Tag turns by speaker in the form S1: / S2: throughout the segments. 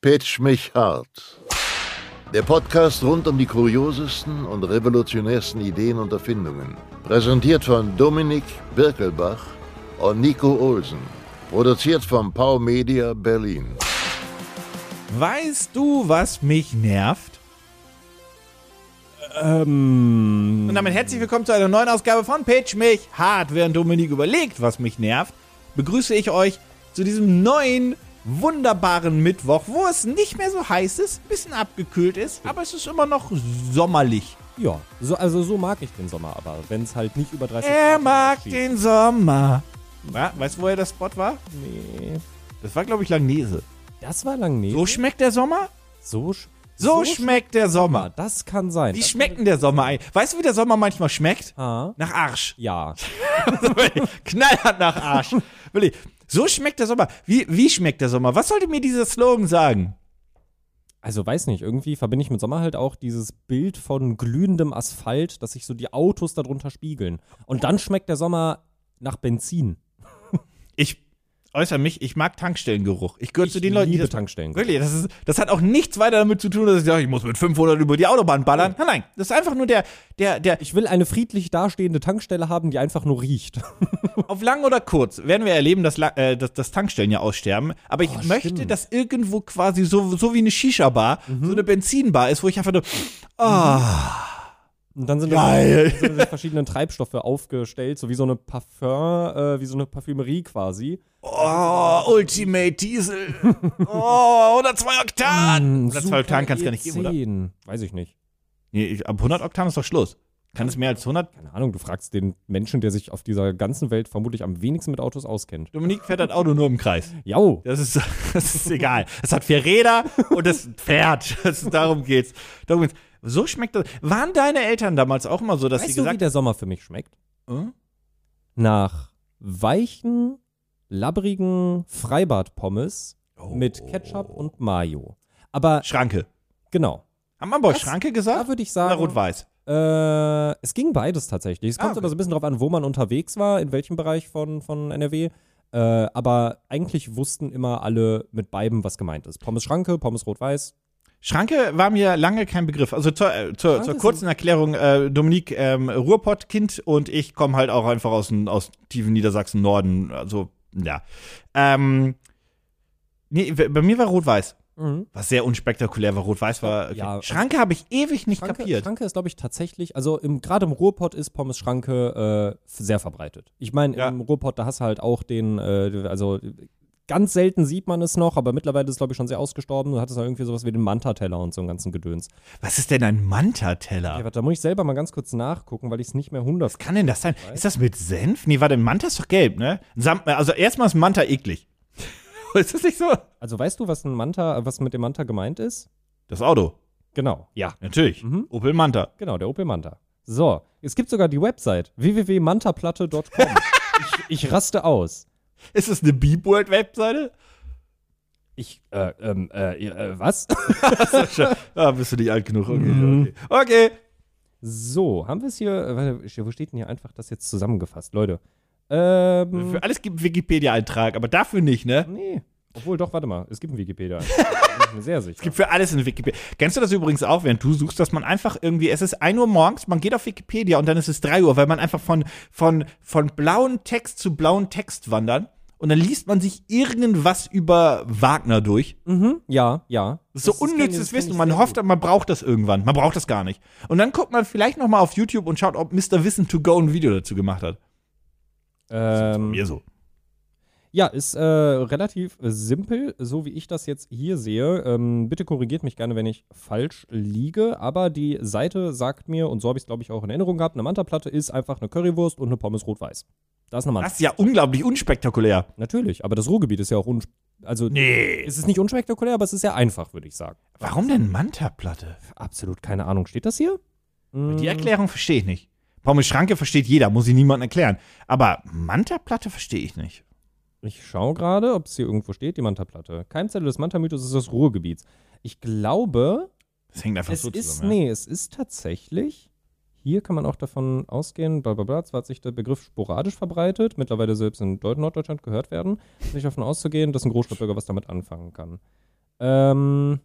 S1: Pitch mich hart. Der Podcast rund um die kuriosesten und revolutionärsten Ideen und Erfindungen. Präsentiert von Dominik Birkelbach und Nico Olsen. Produziert von Pau Media Berlin.
S2: Weißt du, was mich nervt?
S3: Ähm.
S2: Und damit herzlich willkommen zu einer neuen Ausgabe von Pitch mich hart. Während Dominik überlegt, was mich nervt, begrüße ich euch zu diesem neuen wunderbaren Mittwoch, wo es nicht mehr so heiß ist, ein bisschen abgekühlt ist,
S3: Hm.
S2: aber es ist immer noch sommerlich.
S3: Ja, so, also so mag ich den Sommer, aber wenn es halt nicht über 30
S2: Er
S3: Grad
S2: mag
S3: steht.
S2: den Sommer. Ja, weißt du, woher der Spot war?
S3: Nee.
S2: Das war, glaube ich, Langnese.
S3: Das war lang nicht.
S2: So schmeckt der Sommer?
S3: so, sch
S2: So schmeckt der Sommer.
S3: Das kann sein.
S2: Wie
S3: Das-
S2: schmecken der Sommer ein? Weißt du, wie der Sommer manchmal schmeckt?
S3: Ah,
S2: Nach Arsch.
S3: ja.
S2: Knallhart nach Arsch. Willi, so schmeckt der Sommer. Wie, wie schmeckt der Sommer? Was sollte mir dieser Slogan sagen?
S3: Also weiß nicht, irgendwie verbinde ich mit Sommer halt auch dieses Bild von glühendem Asphalt, dass sich so die Autos darunter spiegeln. Und dann schmeckt der Sommer nach Benzin.
S2: Ich äußere mich, ich mag Tankstellengeruch. Ich gehöre zu den Leuten, die
S3: liebe
S2: das
S3: Tankstellen.
S2: Wirklich, das, ist, das hat auch nichts weiter damit zu tun, dass ich sage, ich muss mit 500 über die Autobahn ballern. Nein, nein, das ist einfach nur der, der, der,
S3: Ich will eine friedlich dastehende Tankstelle haben, die einfach nur riecht.
S2: auf lang oder kurz werden wir erleben, dass, La- äh, dass, dass Tankstellen ja aussterben. Aber ich möchte,
S3: Oh, stimmt.
S2: dass irgendwo quasi so, so wie eine Shisha-Bar, so eine Benzinbar ist, wo ich einfach nur, ah,
S3: Und dann sind
S2: Geil.
S3: Da, sind die verschiedenen Treibstoffe aufgestellt, so wie so eine Parfum, äh, wie so eine Parfümerie quasi.
S2: oh, Ultimate Diesel, oh, 102
S3: Mm,
S2: Oktan. 102 Oktan kann es gar nicht geben, oder?
S3: geben, oder? E Weiß ich nicht.
S2: Nee, ich, ab 100 Oktan ist doch Schluss. Kann es mehr als 100?
S3: Keine Ahnung, du fragst den Menschen, der sich auf dieser ganzen Welt vermutlich am wenigsten mit Autos auskennt. oh.
S2: Dominik fährt das Auto nur im Kreis.
S3: Jau,
S2: Das ist, das ist egal. Es hat vier Räder und es fährt. Das, darum geht's. Darum geht's. So schmeckt das. Waren deine Eltern damals auch mal so, dass sie
S3: weißt du, wie
S2: gesagt
S3: der Sommer für mich schmeckt?
S2: haben, hm?
S3: Nach weichen, labbrigen Freibad-Pommes
S2: Oh.
S3: mit Ketchup und Mayo. Aber
S2: äh? Schranke.
S3: genau,
S2: Haben wir bei euch
S3: Was?
S2: Schranke
S3: da
S2: gesagt?
S3: würde ich
S2: Oder
S3: sagen,
S2: rot-weiß?
S3: Äh, es ging beides tatsächlich. Es
S2: Ah,
S3: kommt
S2: okay.
S3: immer so ein bisschen drauf an, wo man unterwegs war, in welchem Bereich von, von NRW. Äh, aber eigentlich wussten immer alle mit beidem, was gemeint ist. Pommes Schranke, Pommes Rot-Weiß.
S2: Schranke war mir lange kein Begriff. Also zur, äh, zur,
S3: Schranke
S2: zur
S3: ist
S2: kurzen Erklärung, äh, Dominik ähm, Ruhrpott-Kind und ich komme halt auch einfach aus, dem- aus tiefen Niedersachsen Norden. Also, ja. Ähm, nee, bei mir war rot-weiß.
S3: Mhm.
S2: Was sehr unspektakulär war. Rot-weiß war. Okay.
S3: Ja, also
S2: Schranke habe ich ewig nicht
S3: Schranke,
S2: kapiert.
S3: Schranke ist, glaube ich, tatsächlich, also im, gerade im Ruhrpott ist Pommes Schranke äh, sehr verbreitet. Ich meine,
S2: Ja.
S3: im Ruhrpott, da hast du halt auch den, äh, also ganz selten sieht man es noch, aber mittlerweile ist es, glaube ich, schon sehr ausgestorben. Du hattest da irgendwie sowas wie den Manta-Teller und so einen ganzen Gedöns.
S2: Was ist denn ein Manta-Teller?
S3: Ja, warte, da muss ich selber mal ganz kurz nachgucken, weil ich es nicht mehr 100
S2: Was kann denn das sein? Ist das mit Senf? Nee, warte, Manta ist doch gelb, ne? Sam äh, also erstmal ist Manta eklig. ist das nicht so?
S3: Also weißt du, was ein Manta, was mit dem Manta gemeint ist?
S2: Das Auto.
S3: Genau,
S2: Ja, natürlich.
S3: Mhm.
S2: Opel Manta.
S3: genau, der Opel Manta. So, es gibt sogar die Website www.mantaplatte.com. ich, ich raste aus.
S2: Ist das eine Beepworld-Webseite?
S3: Ich, äh, ähm, äh, äh, was?
S2: ah, bist du nicht alt genug? Okay,
S3: Mhm.
S2: okay. okay.
S3: So, haben wir es hier, äh, warte, wo steht denn hier einfach das jetzt zusammengefasst, Leute? Ähm,
S2: Für alles gibt einen Wikipedia-Eintrag, aber dafür nicht, ne?
S3: nee. Obwohl, doch, warte mal, es gibt einen Wikipedia. Da bin ich mir sehr sicher.
S2: Es gibt für alles einen Wikipedia. Kennst du das übrigens auch, während du suchst, dass man einfach irgendwie, es ist 1 Uhr morgens, man geht auf Wikipedia und dann ist es 3 Uhr, weil man einfach von, von, von blauen Text zu blauen Text wandern und dann liest man sich irgendwas über Wagner durch.
S3: mhm, ja, ja.
S2: Das ist so
S3: kenn ich-
S2: unnützes
S3: kenn ich
S2: Wissen. und Man
S3: sehr
S2: hofft,
S3: gut.
S2: man braucht das irgendwann. Man braucht das gar nicht. Und dann guckt man vielleicht noch mal auf YouTube und schaut, ob Mr. Wissen to go ein Video dazu gemacht hat.
S3: Ähm,
S2: Mir so.
S3: Ja, ist äh, relativ äh, simpel, so wie ich das jetzt hier sehe. Ähm, bitte korrigiert mich gerne, wenn ich falsch liege, aber die Seite sagt mir, und so habe ich es, glaube ich, auch in Erinnerung gehabt, eine Mantaplatte ist einfach eine Currywurst und eine Pommes rot-weiß. Das ist eine Manta.
S2: Das ist ja unglaublich unspektakulär.
S3: Natürlich, aber das Ruhrgebiet ist ja auch un... Also,
S2: Nee.
S3: es ist nicht unspektakulär, aber es ist sehr einfach, würde ich sagen.
S2: Warum denn Manta-Platte?
S3: Absolut keine Ahnung. Steht das hier? Hm. Mm,
S2: Die Erklärung verstehe ich nicht. Pommes Schranke versteht jeder, muss ich niemandem erklären. Aber Manta-Platte verstehe ich nicht.
S3: Ich schaue gerade, ob es hier irgendwo steht, die Mantaplatte. Keimzelle des Mantamythos ist des Ruhrgebiets. Ich glaube,
S2: Das hängt einfach
S3: Es
S2: so
S3: ist,
S2: zusammen.
S3: nee, es ist tatsächlich, hier kann man auch davon ausgehen, bla bla bla, zwar hat sich der Begriff sporadisch verbreitet, mittlerweile selbst in Deut Norddeutschland gehört werden, nicht davon auszugehen, dass ein Großstadtbürger was damit anfangen kann. Ähm,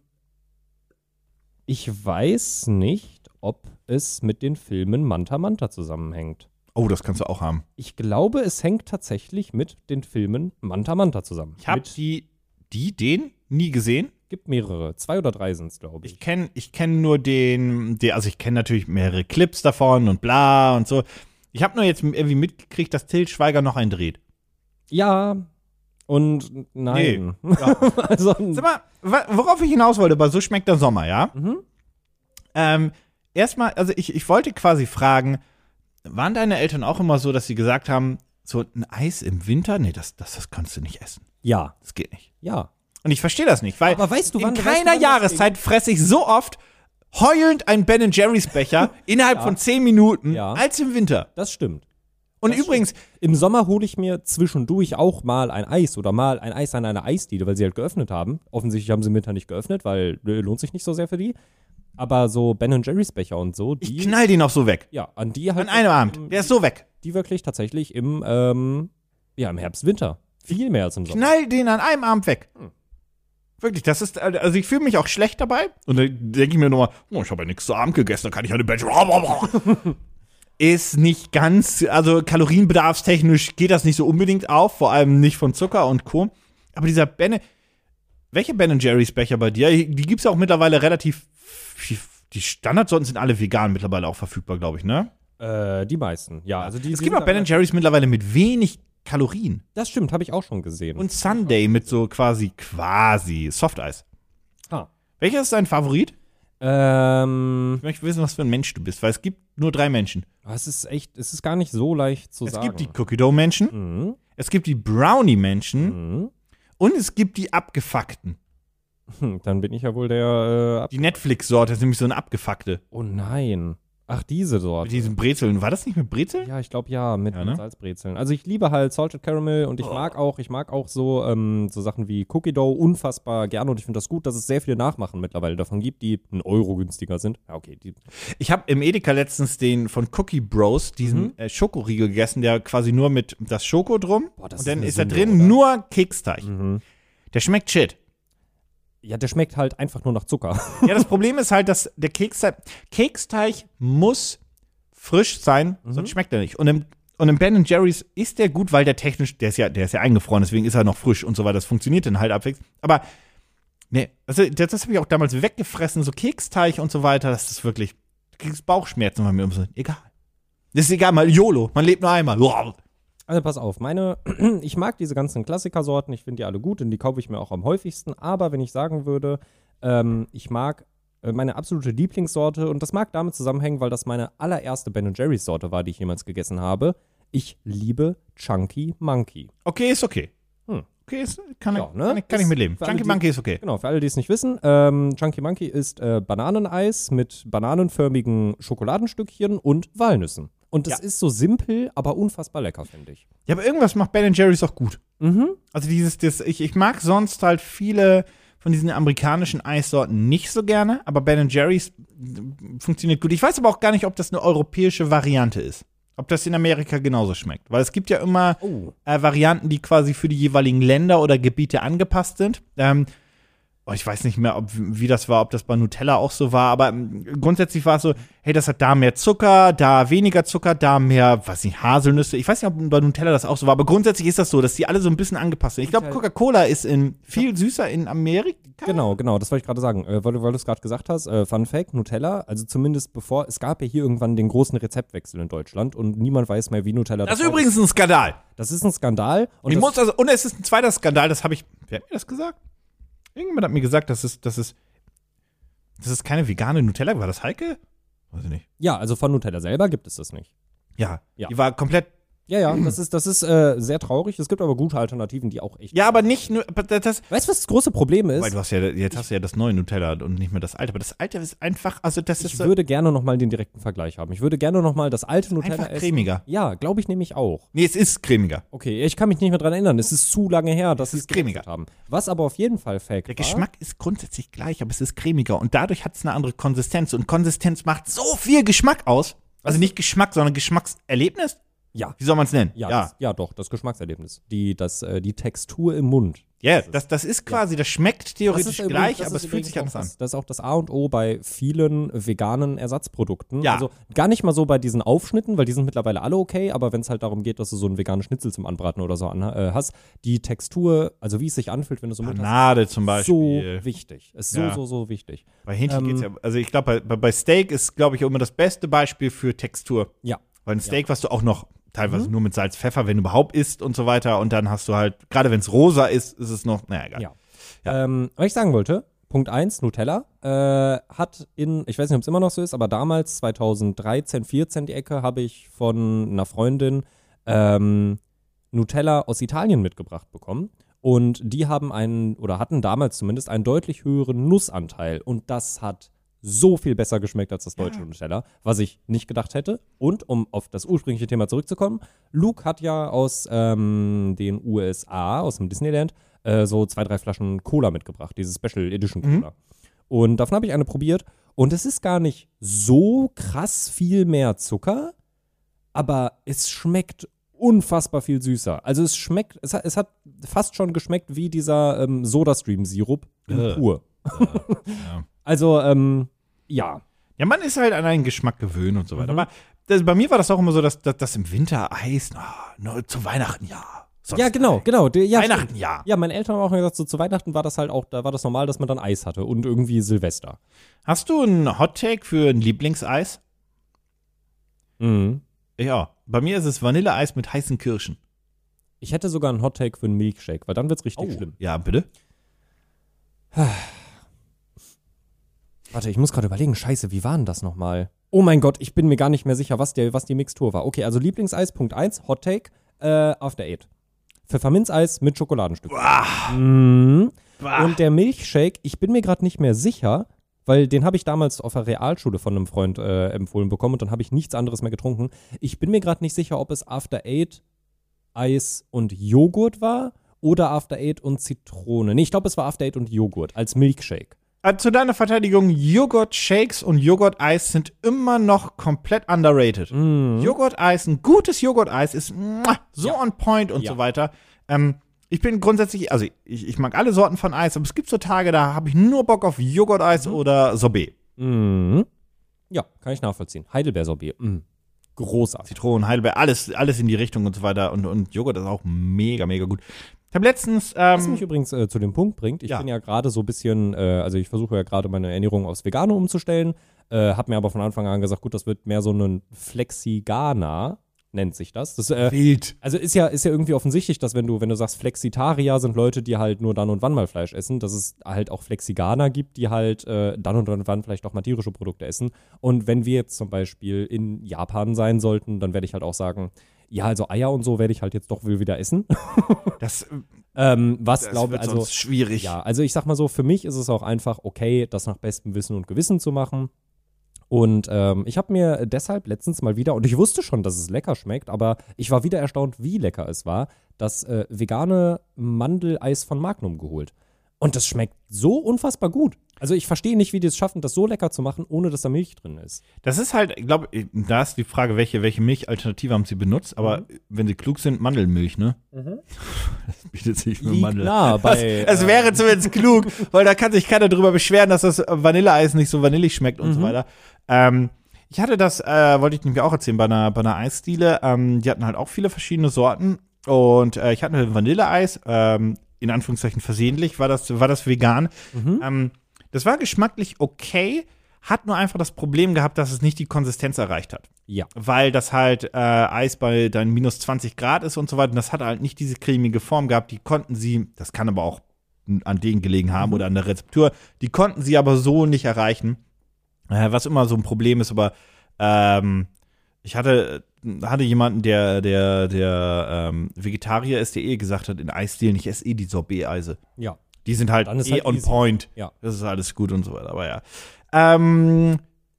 S3: ich weiß nicht, ob es mit den Filmen Manta Manta zusammenhängt.
S2: Oh, das kannst du auch haben.
S3: Ich glaube, es hängt tatsächlich mit den Filmen Manta Manta zusammen.
S2: Ich habe
S3: Mit-
S2: die, die, den nie gesehen.
S3: gibt mehrere. Zwei oder drei sind es, glaube ich.
S2: Ich kenne ich kenn nur den, der, also ich kenne natürlich mehrere Clips davon und bla und so. Ich habe nur jetzt irgendwie mitgekriegt, dass Till Schweiger noch einen dreht.
S3: Ja und nein.
S2: Ja.
S3: also,
S2: Sag mal, wa- worauf ich hinaus wollte, bei So schmeckt der Sommer, ja?
S3: Mhm.
S2: Ähm, erstmal, also ich, ich wollte quasi fragen, waren deine Eltern auch immer so, dass sie gesagt haben, so ein Eis im Winter? Nee, das, das, das kannst du nicht essen.
S3: ja,
S2: Das geht nicht.
S3: ja.
S2: Und ich verstehe das nicht, weil
S3: Aber weißt du,
S2: in
S3: wann- weißt du,
S2: keiner
S3: wann das
S2: Jahreszeit fresse ich so oft heulend einen Ben Jerry's Becher innerhalb von 10 Minuten
S3: Ja.
S2: als im Winter.
S3: Das stimmt.
S2: Und übrigens,
S3: Im Sommer hole ich mir zwischendurch auch mal ein Eis oder mal ein Eis an einer Eisdiele, weil sie halt geöffnet haben. Offensichtlich haben sie im Winter nicht geöffnet, weil äh, lohnt sich nicht so sehr für die. Aber so Ben Jerry's Becher und so,
S2: ich
S3: die,
S2: knall den noch so weg.
S3: ja, an die halt,
S2: An einem Abend. Der ist so weg.
S3: die wirklich tatsächlich im, ähm, ja, im Herbst, Winter. Viel mehr als im Sommer.
S2: Knall den an einem Abend weg.
S3: Hm.
S2: Wirklich, das ist, also ich fühle mich auch schlecht dabei. Und dann denke ich mir nochmal, oh, ich habe ja nichts zu Abend gegessen, da kann ich eine Bench. ist nicht ganz, also kalorienbedarfstechnisch geht das nicht so unbedingt auf, vor allem nicht von Zucker und Co. Aber dieser Bene, welche Ben Jerry's Becher bei dir? Die gibt es ja auch mittlerweile relativ, die Standardsorten sind alle vegan mittlerweile auch verfügbar, glaube ich, ne?
S3: Äh, die meisten, ja. Also die,
S2: Es
S3: die
S2: gibt
S3: sind
S2: auch Ben
S3: aber-
S2: Jerry's mittlerweile mit wenig Kalorien.
S3: Das stimmt, habe ich auch schon gesehen.
S2: Und Sunday mit so quasi, quasi Softeis.
S3: ah.
S2: Welcher ist dein Favorit?
S3: Ähm,
S2: Ich möchte wissen, was für ein Mensch du bist, weil es gibt nur drei Menschen.
S3: aber es ist echt, es ist gar nicht so leicht zu
S2: Es
S3: sagen.
S2: gibt die Cookie Dough Menschen,
S3: Mhm.
S2: es gibt die Brownie Menschen
S3: Mhm.
S2: und es gibt die Abgefuckten.
S3: Hm, dann bin ich ja wohl der. Äh, Ab
S2: Die Netflix-Sorte ist nämlich so eine Abgefuckte.
S3: oh nein. Ach, diese Sorte.
S2: Mit diesen Brezeln. War das nicht mit Brezeln?
S3: ja, ich glaube ja, mit
S2: Ja, ne? Oh.
S3: Salzbrezeln. Also ich liebe halt Salted Caramel und ich mag auch, ich mag auch so, ähm, so Sachen wie Cookie Dough unfassbar gerne und ich finde das gut, dass es sehr viele Nachmachen mittlerweile davon gibt, die einen Euro günstiger sind. Ja, okay, die
S2: Ich habe im Edeka letztens den von Cookie Bros, diesen äh, Schokoriegel gegessen, der quasi nur mit das Schoko drum.
S3: Boah,
S2: und
S3: das ist
S2: dann
S3: eine
S2: ist, da
S3: Sünde,
S2: drin
S3: oder?
S2: nur Keksteig. Mhm. Der schmeckt shit.
S3: Ja, der schmeckt halt einfach nur nach Zucker.
S2: Ja, das Problem ist halt, dass der Keksteig, Keksteig muss frisch sein,
S3: Mhm.
S2: sonst schmeckt er nicht. Und im, und im Ben Jerry's ist der gut, weil der technisch, der ist ja, der ist ja eingefroren, deswegen ist er noch frisch und so weiter. Das funktioniert dann halt abwechselnd. Aber nee, also das, das habe ich auch damals weggefressen, so Keksteig und so weiter. Das ist wirklich, du kriegst Bauchschmerzen bei mir im Sinn. Egal. Das ist egal, mal YOLO, man lebt nur einmal. Wow.
S3: Also pass auf, meine, ich mag diese ganzen Klassikersorten, ich finde die alle gut und die kaufe ich mir auch am häufigsten. Aber wenn ich sagen würde, ähm, ich mag äh, meine absolute Lieblingssorte und das mag damit zusammenhängen, weil das meine allererste Ben Jerry's Sorte war, die ich jemals gegessen habe. Ich liebe Chunky Monkey.
S2: Okay, ist okay.
S3: Hm.
S2: Okay, ist, kann,
S3: Ja,
S2: ich,
S3: ne?
S2: kann, ich, kann ich
S3: Ist
S2: mitleben.
S3: für alle,
S2: Junkie
S3: die-
S2: Monkey ist okay.
S3: Genau, für alle, die es nicht wissen, ähm, Chunky Monkey ist äh, Bananeneis mit bananenförmigen Schokoladenstückchen und Walnüssen. Und das ist so simpel, aber unfassbar lecker, finde ich.
S2: Ja, aber irgendwas macht Ben Jerry's auch gut.
S3: Mhm.
S2: Also dieses, das, ich, ich mag sonst halt viele von diesen amerikanischen Eissorten nicht so gerne, aber Ben Jerry's funktioniert gut. Ich weiß aber auch gar nicht, ob das eine europäische Variante ist. Ob das in Amerika genauso schmeckt. Weil es gibt ja immer
S3: Oh.
S2: äh, Varianten, die quasi für die jeweiligen Länder oder Gebiete angepasst sind. Ähm, oh, ich weiß nicht mehr, ob, wie das war, ob das bei Nutella auch so war, aber ähm, grundsätzlich war es so, hey, das hat da mehr Zucker, da weniger Zucker, da mehr, was nicht, Haselnüsse. Ich weiß nicht, ob bei Nutella das auch so war, aber grundsätzlich ist das so, dass die alle so ein bisschen angepasst sind. Ich glaube, Coca-Cola ist in viel süßer in Amerika.
S3: Genau, genau, das wollte ich gerade sagen. Äh, weil du weil du es gerade gesagt hast, äh, Fun Fact, Nutella, also zumindest bevor, es gab ja hier irgendwann den großen Rezeptwechsel in Deutschland und niemand weiß mehr, wie Nutella
S2: Das ist
S3: davor-
S2: übrigens ein Skandal.
S3: Das ist ein Skandal. Und
S2: ich
S3: das,
S2: muss also, und es ist ein zweiter Skandal, das habe ich. Wer hat mir das gesagt? Irgendjemand hat mir gesagt, dass es, dass es, dass es keine vegane Nutella war. Das Heike? Weiß ich nicht.
S3: ja, also von Nutella selber gibt es das nicht.
S2: Ja,
S3: Ja.
S2: Die war komplett.
S3: Ja, ja, das ist, das ist äh, sehr traurig. Es gibt aber gute Alternativen, die auch echt.
S2: Ja, aber nicht nur. aber Das, das,
S3: Weißt du, was das große Problem
S2: weil
S3: ist?
S2: du hast ja, jetzt hast du ja das neue Nutella und nicht mehr das alte. Aber das alte ist einfach, also das ist
S3: Ich
S2: so
S3: würde gerne nochmal den direkten Vergleich haben. Ich würde gerne nochmal das alte Nutella
S2: einfach
S3: essen.
S2: cremiger.
S3: Ja, glaube ich nämlich auch.
S2: Nee, es ist cremiger.
S3: Okay, ich kann mich nicht mehr dran erinnern. Es ist zu lange her, dass
S2: Es
S3: sie
S2: ist
S3: es gewechselt
S2: cremiger.
S3: haben. Was aber auf jeden Fall Fact
S2: Der
S3: war,
S2: Geschmack ist grundsätzlich gleich, aber es ist cremiger und dadurch hat es eine andere Konsistenz. Und Konsistenz macht so viel Geschmack aus. Also nicht Geschmack, sondern Geschmackserlebnis.
S3: Ja.
S2: Wie soll man es nennen?
S3: Ja, ja. Das, ja, doch, das Geschmackserlebnis. Die, das, äh, die Textur im Mund.
S2: Ja, das, das ist quasi, das schmeckt
S3: Das
S2: theoretisch
S3: ist übrigens-
S2: gleich,
S3: das
S2: aber
S3: ist
S2: es fühlt sich
S3: übrigens
S2: anders
S3: auch
S2: an.
S3: Das, das ist auch das A und O bei vielen veganen Ersatzprodukten.
S2: Ja.
S3: Also gar nicht mal so bei diesen Aufschnitten, weil die sind mittlerweile alle okay, aber wenn es halt darum geht, dass du so einen veganen Schnitzel zum Anbraten oder so an, äh, hast, die Textur, also wie es sich anfühlt, wenn du so einen Mund hast,
S2: Panade zum
S3: so ähm,
S2: Beispiel.
S3: wichtig. Ist so,
S2: Ja.
S3: so, so wichtig.
S2: bei Hähnchen geht's ja. Also ich glaube, bei- bei, bei Steak ist, glaube ich, immer das beste Beispiel für Textur.
S3: Ja. Mhm.
S2: Weil ein Steak, was du auch noch teilweise nur mit Salz, Pfeffer, wenn überhaupt isst und so weiter. Und dann hast du halt, gerade wenn es rosa ist, ist es noch, naja, egal.
S3: Ja. Ähm, was ich sagen wollte, Punkt 1, Nutella, äh, hat in, ich weiß nicht, ob es immer noch so ist, aber damals, 2013, 14 die Ecke, habe ich von einer Freundin ähm, Nutella aus Italien mitgebracht bekommen. Und die haben einen, oder hatten damals zumindest einen deutlich höheren Nussanteil. Und das hat so viel besser geschmeckt als das deutsche Nutella, was ich nicht gedacht hätte. Und um auf das ursprüngliche Thema zurückzukommen, Luke hat ja aus ähm, den USA, aus dem Disneyland, äh, so zwei, drei Flaschen Cola mitgebracht, diese Special Edition Cola. Und davon habe ich eine probiert. Und es ist gar nicht so krass viel mehr Zucker, aber es schmeckt unfassbar viel süßer. Also es schmeckt, es hat, es hat fast schon geschmeckt wie dieser ähm, Soda-Stream-Sirup in
S2: Äh.
S3: pur. Also, ähm, ja.
S2: Ja, man ist halt an einen Geschmack gewöhnt und so
S3: Mhm.
S2: weiter. Aber das, bei mir war das auch immer so, dass, dass, dass im Winter Eis, na, nur zu Weihnachten ja. Sonst
S3: Ja, genau, genau. Der- ja,
S2: Weihnachten,
S3: stimmt.
S2: ja.
S3: Ja, meine Eltern haben auch gesagt, so zu Weihnachten war das halt auch, da war das normal, dass man dann Eis hatte und irgendwie Silvester.
S2: Hast du einen Hottake für ein Lieblingseis?
S3: Mhm.
S2: Ja, bei mir ist es Vanilleeis mit heißen Kirschen.
S3: Ich hätte sogar einen Hottake für einen Milkshake, weil dann wird's
S2: Oh.
S3: richtig schlimm.
S2: Ja, bitte.
S3: Warte, ich muss gerade überlegen, scheiße, wie war denn das nochmal? Oh mein Gott, ich bin mir gar nicht mehr sicher, was, der, was die Mixtur war. Okay, also Lieblingseis, Punkt 1, Hottake, äh, After Eight. Pfefferminzeis mit Schokoladenstück. Mhm. Und der Milchshake, ich bin mir gerade nicht mehr sicher, weil den habe ich damals auf der Realschule von einem Freund äh, empfohlen bekommen und dann habe ich nichts anderes mehr getrunken. Ich bin mir gerade nicht sicher, ob es After Eight Eis und Joghurt war oder After Eight und Zitrone. Nee, ich glaube, es war After Eight und Joghurt als Milkshake.
S2: Äh, Zu deiner Verteidigung, Joghurt-Shakes und Joghurt-Eis sind immer noch komplett underrated. Joghurt-Eis, ein gutes Joghurt-Eis ist muah, so on point und
S3: Mm. Ja.
S2: so weiter. Ähm, ich bin grundsätzlich, also ich, ich mag alle Sorten von Eis, aber es gibt so Tage, da habe ich nur Bock auf Joghurt-Eis oder Sorbet.
S3: Mhm. Ja, kann ich nachvollziehen. Heidelbeersorbet. Mhm. Großartig.
S2: Zitronen, Heidelbeer, alles, alles in die Richtung und so weiter. Und, und Joghurt ist auch mega, mega gut. Ich habe letztens.
S3: Was mich
S2: Ähm,
S3: übrigens äh, zu dem Punkt bringt, ich
S2: Ja.
S3: bin ja gerade so ein bisschen, äh, also ich versuche ja gerade meine Ernährung aufs Vegane umzustellen, äh, habe mir aber von Anfang an gesagt, gut, das wird mehr so ein Flexigana, nennt sich das. das äh,
S2: wild.
S3: also ist ja, ist ja irgendwie offensichtlich, dass wenn du, wenn du sagst, Flexitarier sind Leute, die halt nur dann und wann mal Fleisch essen, dass es halt auch Flexiganer gibt, die halt äh, dann und wann vielleicht auch mal tierische Produkte essen. Und wenn wir jetzt zum Beispiel in Japan sein sollten, dann werde ich halt auch sagen, ja, also Eier und so werde ich halt jetzt doch wohl wieder essen.
S2: Das, äh,
S3: ähm, was
S2: das
S3: glaube
S2: wird
S3: also
S2: sonst schwierig.
S3: ja, also ich sag mal so, für mich ist es auch einfach okay, das nach bestem Wissen und Gewissen zu machen. Und ähm, ich habe mir deshalb letztens mal wieder, und ich wusste schon, dass es lecker schmeckt, aber ich war wieder erstaunt, wie lecker es war, das äh, vegane Mandeleis von Magnum geholt. Und das schmeckt so unfassbar gut. Also ich verstehe nicht, wie die es schaffen, das so lecker zu machen, ohne dass da Milch drin ist.
S2: Das ist halt, ich glaube, da ist die Frage, welche, welche Milchalternative haben sie benutzt. Aber wenn sie klug sind, Mandelmilch, ne? Das bietet sich für
S3: Liegt
S2: Mandel. Also
S3: nah bei,
S2: das, es wäre zumindest klug, weil da kann sich keiner drüber beschweren, dass das Vanilleeis nicht so vanillig schmeckt und so weiter. Ähm, ich hatte das, äh, wollte ich nämlich auch erzählen, bei einer, bei einer Eisdiele. Ähm, die hatten halt auch viele verschiedene Sorten. Und äh, ich hatte ein Vanilleeis, ähm, in Anführungszeichen versehentlich, war das, war das vegan. Ähm, das war geschmacklich okay, hat nur einfach das Problem gehabt, dass es nicht die Konsistenz erreicht hat
S3: äh, Ja.
S2: weil das halt äh, Eis bei dann minus 20 Grad ist und so weiter. Und das hat halt nicht diese cremige Form gehabt. Die konnten sie, das kann aber auch an denen gelegen
S3: Mhm.
S2: haben oder an der Rezeptur, die konnten sie aber so nicht erreichen. Äh, was immer so ein Problem ist, aber ähm, ich hatte, hatte jemanden, der, der, der ähm, Vegetarier ist, der eh gesagt hat, in Eisdielen, ich esse eh die Sorbet-Eise.
S3: Ja.
S2: Die sind halt
S3: Dann ist
S2: eh
S3: halt
S2: on
S3: easy.
S2: point.
S3: Ja.
S2: Das ist alles gut und so weiter, aber ja. Ähm,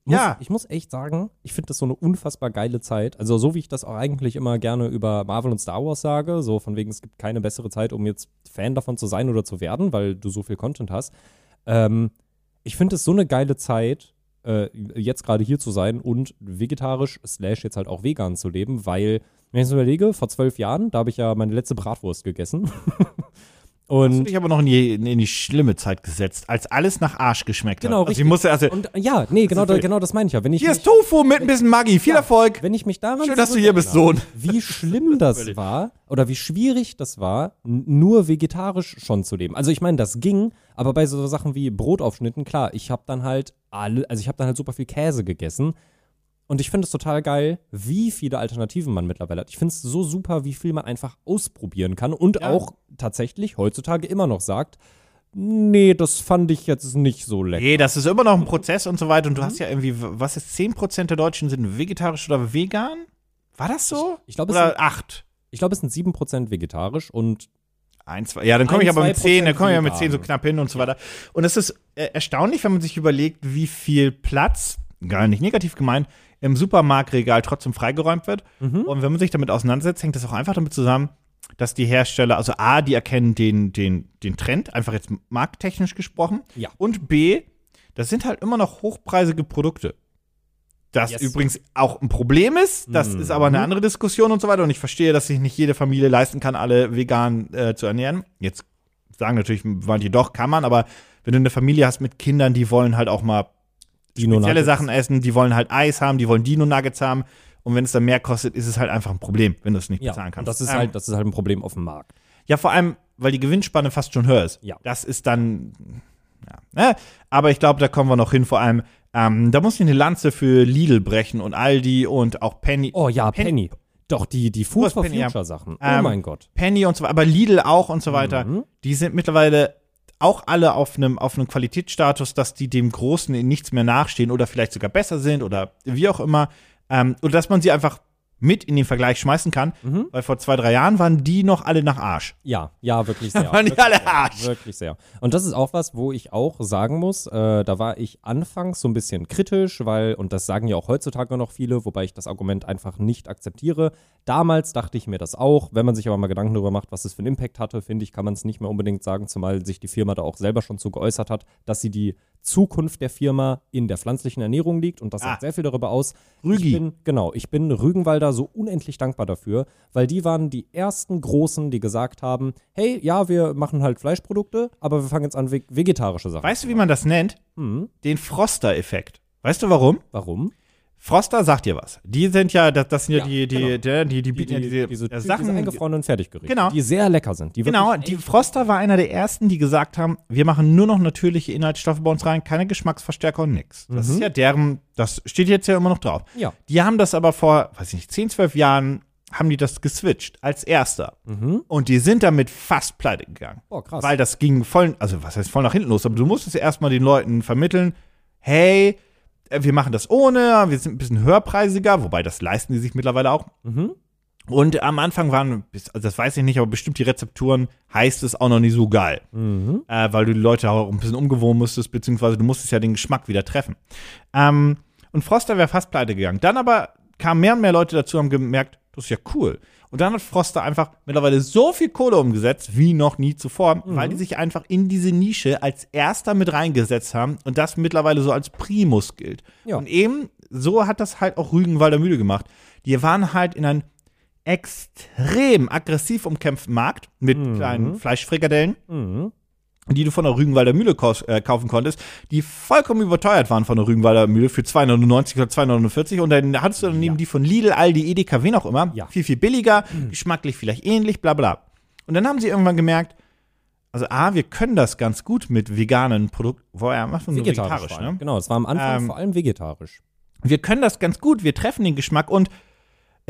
S3: Muss,
S2: ja.
S3: Ich muss echt sagen, ich finde das so eine unfassbar geile Zeit. Also so wie ich das auch eigentlich immer gerne über Marvel und Star Wars sage, so von wegen, es gibt keine bessere Zeit, um jetzt Fan davon zu sein oder zu werden, weil du so viel Content hast. Ähm, ich finde es so eine geile Zeit, äh, jetzt gerade hier zu sein und vegetarisch slash jetzt halt auch vegan zu leben, weil Wenn ich es überlege, vor zwölf Jahren, da habe ich ja meine letzte Bratwurst gegessen. Und
S2: Hast du dich aber noch in die, in die schlimme Zeit gesetzt, als alles nach Arsch geschmeckt hat.
S3: Genau,
S2: Also
S3: richtig.
S2: ich musste erst.
S3: Und ja, nee, genau,
S2: Das ist
S3: da, genau das meine ich ja. Wenn ich
S2: hier
S3: mich,
S2: ist Tofu mit ein bisschen Maggi. Viel Erfolg.
S3: wenn ich mich daran
S2: Schön, dass du hier
S3: zurückerinnere,
S2: bist, Sohn.
S3: Wie schlimm das war oder wie schwierig das war, n- nur vegetarisch schon zu leben. Also ich meine, das ging, aber bei so Sachen wie Brotaufschnitten, klar, ich habe dann halt alle, also ich habe dann halt super viel Käse gegessen. Und ich finde es total geil, wie viele Alternativen man mittlerweile hat. Ich finde es so super, wie viel man einfach ausprobieren kann und auch tatsächlich heutzutage immer noch sagt, nee, das fand ich jetzt nicht so lecker.
S2: Nee, das ist immer noch ein Prozess und so weiter. Und du
S3: Mhm.
S2: hast ja irgendwie, was ist 10% der Deutschen sind vegetarisch oder vegan? War das so?
S3: Ich- ich glaub, es
S2: Oder
S3: sind-
S2: 8.
S3: Ich glaube, es sind 7% vegetarisch und
S2: Ein, zwei, ja, dann komme
S3: Ein,
S2: ich aber mit
S3: zwei
S2: 10, dann komme ich ja mit 10
S3: Prozent
S2: so
S3: vegan.
S2: knapp hin und so weiter. Und es ist äh, erstaunlich, wenn man sich überlegt, wie viel Platz, gar nicht negativ gemeint, im Supermarktregal trotzdem freigeräumt wird.
S3: Mhm.
S2: Und wenn man sich damit auseinandersetzt, hängt das auch einfach damit zusammen, dass die Hersteller, also A, die erkennen den, den, den Trend, einfach jetzt markttechnisch gesprochen.
S3: Ja.
S2: Und B, das sind halt immer noch hochpreisige Produkte. Das
S3: Yes. Mhm.
S2: übrigens auch ein Problem ist, das ist aber eine andere Diskussion und so weiter. Und ich verstehe, dass sich nicht jede Familie leisten kann, alle vegan äh, zu ernähren. Jetzt sagen natürlich manche doch, kann man, aber wenn du eine Familie hast mit Kindern, die wollen halt auch mal
S3: Dino
S2: spezielle
S3: Nuggets.
S2: Sachen essen, die wollen halt Eis haben, die wollen Dino-Nuggets haben. Und wenn es dann mehr kostet, ist es halt einfach ein Problem, wenn du es nicht
S3: ja,
S2: bezahlen
S3: und
S2: kannst.
S3: das ist
S2: Ähm,
S3: halt, das ist halt ein Problem auf dem Markt.
S2: ja, vor allem, weil die Gewinnspanne fast schon höher ist.
S3: Ja.
S2: Das ist dann. Ja, ne? Aber ich glaube, da kommen wir noch hin. Vor allem, ähm, da muss ich eine Lanze für Lidl brechen und Aldi und auch Penny.
S3: Oh ja,
S2: Pen-
S3: Penny. Doch, die, die Food
S2: hast
S3: for
S2: Penny, ja.
S3: Future Sachen.
S2: Ähm,
S3: oh mein Gott.
S2: Penny und so weiter, aber Lidl auch und so weiter.
S3: Mhm.
S2: Die sind mittlerweile auch alle auf einem auf einem Qualitätsstatus, dass die dem Großen in nichts mehr nachstehen oder vielleicht sogar besser sind oder wie auch immer. Ähm, und dass man sie einfach mit in den Vergleich schmeißen kann,
S3: Mhm.
S2: weil vor zwei, drei Jahren waren die noch alle nach Arsch.
S3: Ja, ja, wirklich sehr.
S2: waren die
S3: wirklich
S2: alle
S3: sehr,
S2: Arsch.
S3: Wirklich sehr. Und das ist auch was, wo ich auch sagen muss, äh, da war ich anfangs so ein bisschen kritisch, weil, und das sagen ja auch heutzutage noch viele, wobei ich das Argument einfach nicht akzeptiere. Damals dachte ich mir das auch. Wenn man sich aber mal Gedanken darüber macht, was es für einen Impact hatte, finde ich, kann man es nicht mehr unbedingt sagen, zumal sich die Firma da auch selber schon zu geäußert hat, dass sie die Zukunft der Firma in der pflanzlichen Ernährung liegt und das
S2: Ah.
S3: sagt sehr viel darüber aus.
S2: Rügi.
S3: Ich bin, genau, ich bin Rügenwalder so unendlich dankbar dafür, weil die waren die ersten Großen, die gesagt haben, hey, ja, wir machen halt Fleischprodukte, aber wir fangen jetzt an, ve- vegetarische Sachen.
S2: Weißt du, wie man das nennt?
S3: Hm,
S2: Den Froster-Effekt. Weißt du warum?
S3: warum?
S2: Froster sagt dir was. Die sind ja, das, das sind ja,
S3: Ja,
S2: die, die,
S3: genau.
S2: der- die, die bieten ja diese,
S3: diese,
S2: äh,
S3: diese
S2: Sachen.
S3: eingefrorenen Fertiggerichte,
S2: Genau.
S3: die sehr lecker sind. Die
S2: genau,
S3: wirklich
S2: die Froster war einer der ersten, die gesagt haben, wir machen nur noch natürliche Inhaltsstoffe bei uns rein, keine Geschmacksverstärker und nix. Das ist ja deren, das steht jetzt Mhm. ja immer noch drauf.
S3: Ja.
S2: Die haben das aber vor, weiß ich nicht, 10, 12 Jahren haben die das geswitcht als erster. Und die sind damit fast pleite gegangen.
S3: Boah, krass.
S2: Weil das ging voll, also was heißt voll nach hinten los, aber du musstest ja erstmal den Leuten vermitteln, hey, äh, wir machen das ohne, wir sind ein bisschen höherpreisiger, wobei das leisten die sich mittlerweile auch.
S3: Mhm.
S2: Und am Anfang waren, bis- also das weiß ich nicht, aber bestimmt die Rezepturen heißt es auch noch nicht so geil.
S3: Mhm.
S2: Äh, weil du die Leute auch ein bisschen umgewohnt musstest, beziehungsweise du musstest ja den Geschmack wieder treffen. Ähm, und Froster wäre fast pleite gegangen. Dann aber kamen mehr und mehr Leute dazu, haben gemerkt, das ist ja cool. Und dann hat Froster einfach mittlerweile so viel Kohle umgesetzt, wie noch nie zuvor, weil die sich einfach in diese Nische als erster mit reingesetzt haben und das mittlerweile so als Primus gilt.
S3: Ja.
S2: Und eben so hat das halt auch Rügenwalder Mühle gemacht. Die waren halt in einem extrem aggressiv umkämpften Markt mit
S3: Mhm.
S2: kleinen Fleischfrikadellen die du von der Rügenwalder Mühle kaus- äh, kaufen konntest, die vollkommen überteuert waren von der Rügenwalder Mühle für 2,99 oder 2,49 und dann hattest du daneben die von Lidl, Aldi, Edeka, wen auch immer,
S3: Ja. Mhm.
S2: viel, viel billiger, geschmacklich vielleicht ähnlich, bla bla. Und dann haben sie irgendwann gemerkt, also A, wir können das ganz gut mit veganen Produkten, woher macht man nur
S3: vegetarisch,
S2: vegetarisch,
S3: waren.
S2: ne?
S3: Genau, es war am Anfang
S2: Ähm,
S3: vor allem vegetarisch.
S2: wir können das ganz gut, wir treffen den Geschmack und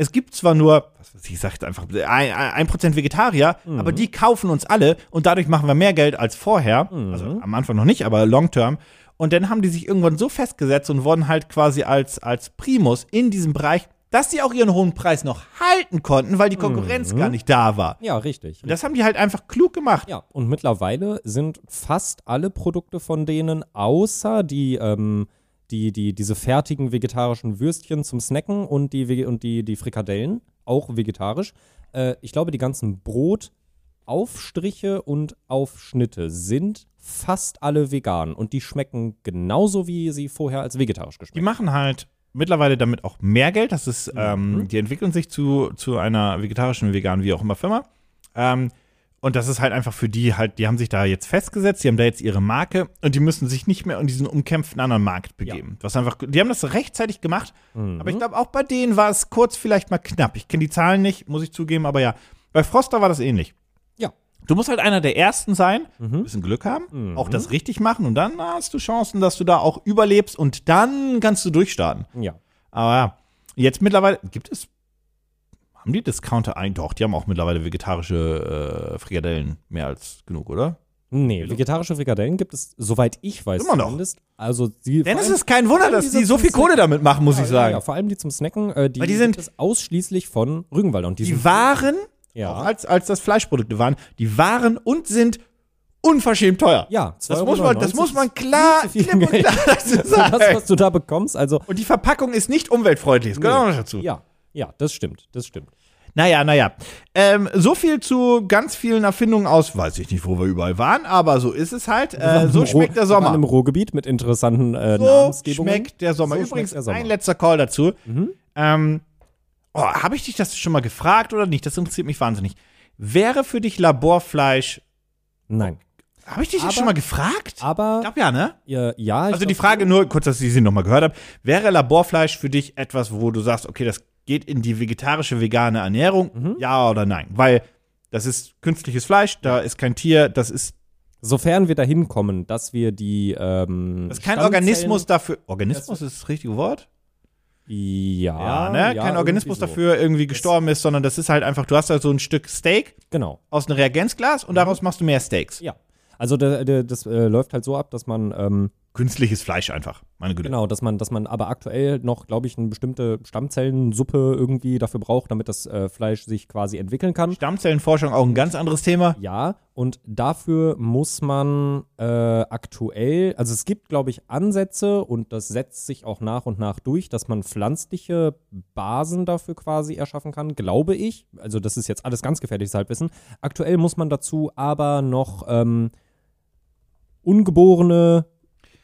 S2: es gibt zwar nur, was weiß ich ich sag jetzt einfach, ein, ein ein Prozent Vegetarier, aber die kaufen uns alle und dadurch machen wir mehr Geld als vorher. Also am Anfang noch nicht, aber long term. Und dann haben die sich irgendwann so festgesetzt und wurden halt quasi als, als Primus in diesem Bereich, dass sie auch ihren hohen Preis noch halten konnten, weil die Konkurrenz gar nicht da war.
S3: Ja, richtig.
S2: Und das haben die halt einfach klug gemacht.
S3: Ja, und mittlerweile sind fast alle Produkte von denen, außer die, ähm, die, die, diese fertigen vegetarischen Würstchen zum Snacken und die, Vege- und die, die Frikadellen, auch vegetarisch. Äh, ich glaube, die ganzen Brotaufstriche und Aufschnitte sind fast alle vegan und die schmecken genauso, wie sie vorher als vegetarisch
S2: Die
S3: geschmeckt
S2: machen halt mittlerweile damit auch mehr Geld. Das ist, ähm, die entwickeln sich zu, zu einer vegetarischen, veganen, wie auch immer Firma. Ähm, und das ist halt einfach für die halt, die haben sich da jetzt festgesetzt, die haben da jetzt ihre Marke und die müssen sich nicht mehr in diesen umkämpften anderen Markt begeben. Was einfach, die haben das rechtzeitig gemacht,
S3: Hm,
S2: aber ich glaube auch bei denen war es kurz vielleicht mal knapp. Ich kenne die Zahlen nicht, muss ich zugeben, aber ja. Bei Froster war das ähnlich.
S3: Ja.
S2: Du musst halt einer der Ersten sein, ein bisschen Glück haben, auch das richtig machen und dann hast du Chancen, dass du da auch überlebst und dann kannst du durchstarten.
S3: Ja.
S2: Aber ja, jetzt mittlerweile gibt es. Haben die Discounter ein? Doch, die haben auch mittlerweile vegetarische äh, Frikadellen mehr als genug, oder?
S3: Nee, vegetarische Frikadellen gibt es, soweit ich weiß,
S2: Immer noch.
S3: zumindest. Also die,
S2: Denn
S3: vor
S2: es
S3: allem-
S2: ist kein Wunder, dass die so viel Kohle damit machen, muss ich
S3: ja,
S2: sagen.
S3: ja, vor allem die zum Snacken, äh, die,
S2: Weil die sind-
S3: gibt es ausschließlich von Rügenwalder. Und die,
S2: Die
S3: sind,
S2: waren,
S3: Ja.
S2: auch als, als das Fleischprodukte waren, die waren und sind unverschämt teuer.
S3: ja,
S2: Das muss man, das
S3: 2,99
S2: muss man
S3: ist
S2: klar,
S3: viel zu
S2: klipp und
S3: viel
S2: klar
S3: Geld.
S2: dazu
S3: für das,
S2: sagen.
S3: was du da bekommst. Also,
S2: Und die Verpackung ist nicht umweltfreundlich. Das gehört auch noch dazu.
S3: ja, ja, das stimmt, das stimmt.
S2: Naja, naja. Ähm, so viel zu ganz vielen Erfindungen aus, weiß ich nicht, wo wir überall waren, aber so ist es halt. Äh, so
S3: Im
S2: schmeckt der
S3: Ruhr- in einem
S2: Sommer.
S3: Ruhrgebiet mit interessanten äh,
S2: So
S3: Namensgebungen.
S2: schmeckt der Sommer.
S3: So
S2: Übrigens,
S3: schmeckt der Sommer. Mhm.
S2: ein letzter Call dazu. Ähm, oh, Habe ich dich das schon mal gefragt oder nicht? Das interessiert mich wahnsinnig. Wäre für dich Laborfleisch.
S3: Nein.
S2: Habe ich dich
S3: Aber-
S2: das schon mal gefragt?
S3: Aber
S2: ich glaube ja, ne?
S3: äh, ja, ich
S2: Also die
S3: glaub-
S2: Frage nur, kurz, dass ich sie nochmal gehört habe. Wäre Laborfleisch für dich etwas, wo du sagst, okay, das geht in die vegetarische, vegane Ernährung?
S3: Mhm.
S2: Ja oder nein? Weil das ist künstliches Fleisch, da ist kein Tier, das ist,
S3: sofern wir dahin kommen, dass wir die ähm,
S2: das ist kein
S3: Stammzellen-
S2: Organismus dafür. Organismus ist das richtige Wort? Ja,
S3: Ja,
S2: ne? kein
S3: irgendwie
S2: Organismus
S3: so.
S2: dafür irgendwie gestorben ist, sondern das ist halt einfach, du hast halt so ein Stück Steak
S3: Genau.
S2: aus einem Reagenzglas und daraus machst du mehr Steaks.
S3: Mhm. Ja. Also da- da- das äh, läuft halt so ab, dass man ähm,
S2: Künstliches Fleisch einfach, meine Güte.
S3: genau, dass man, dass man aber aktuell noch, glaube ich, eine bestimmte Stammzellensuppe irgendwie dafür braucht, damit das äh, Fleisch sich quasi entwickeln kann.
S2: Stammzellenforschung auch ein ganz anderes Thema.
S3: Ja, und dafür muss man äh, aktuell, also es gibt, glaube ich, Ansätze und das setzt sich auch nach und nach durch, dass man pflanzliche Basen dafür quasi erschaffen kann, glaube ich. Also das ist jetzt alles ganz gefährliches Halbwissen. Aktuell muss man dazu aber noch ähm, ungeborene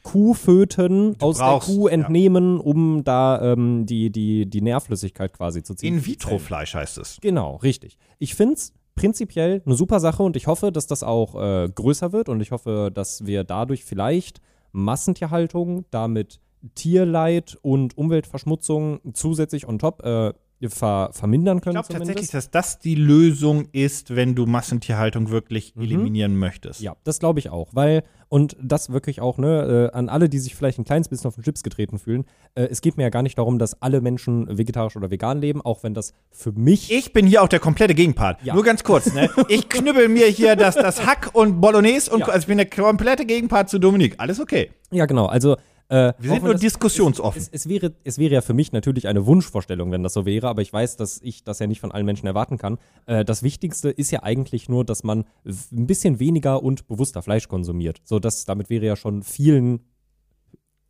S3: Kuhföten aus
S2: brauchst,
S3: der Kuh
S2: ja.
S3: entnehmen, um da ähm, die, die, die Nährflüssigkeit quasi zu ziehen.
S2: In-vitro-Fleisch heißt es.
S3: Genau, richtig. Ich finde es prinzipiell eine super Sache und ich hoffe, dass das auch äh, größer wird und ich hoffe, dass wir dadurch vielleicht Massentierhaltung, damit Tierleid und Umweltverschmutzung zusätzlich on top äh, ver vermindern
S2: Ich
S3: können.
S2: glaube tatsächlich,
S3: zumindest.
S2: dass das die Lösung ist, wenn du Massentierhaltung wirklich eliminieren möchtest.
S3: Mhm. Ja, das glaube ich auch, weil und das wirklich auch ne äh, an alle, die sich vielleicht ein kleines bisschen auf den Chips getreten fühlen. Äh, es geht mir ja gar nicht darum, dass alle Menschen vegetarisch oder vegan leben, auch wenn das für mich
S2: Ich bin hier auch der komplette Gegenpart.
S3: Ja.
S2: Nur ganz kurz, ne? Ich knüppel mir hier das, das Hack und Bolognese und
S3: Ja.
S2: also ich bin der komplette Gegenpart zu Dominik. Alles okay.
S3: ja genau. Also äh,
S2: Wir
S3: auch
S2: sind
S3: wenn
S2: nur
S3: das-
S2: diskussionsoffen.
S3: Es, es, wäre, es wäre ja für mich natürlich eine Wunschvorstellung, wenn das so wäre, aber ich weiß, dass ich das ja nicht von allen Menschen erwarten kann. Äh, das Wichtigste ist ja eigentlich nur, dass man w- ein bisschen weniger und bewusster Fleisch konsumiert. So, das, damit wäre ja schon vielen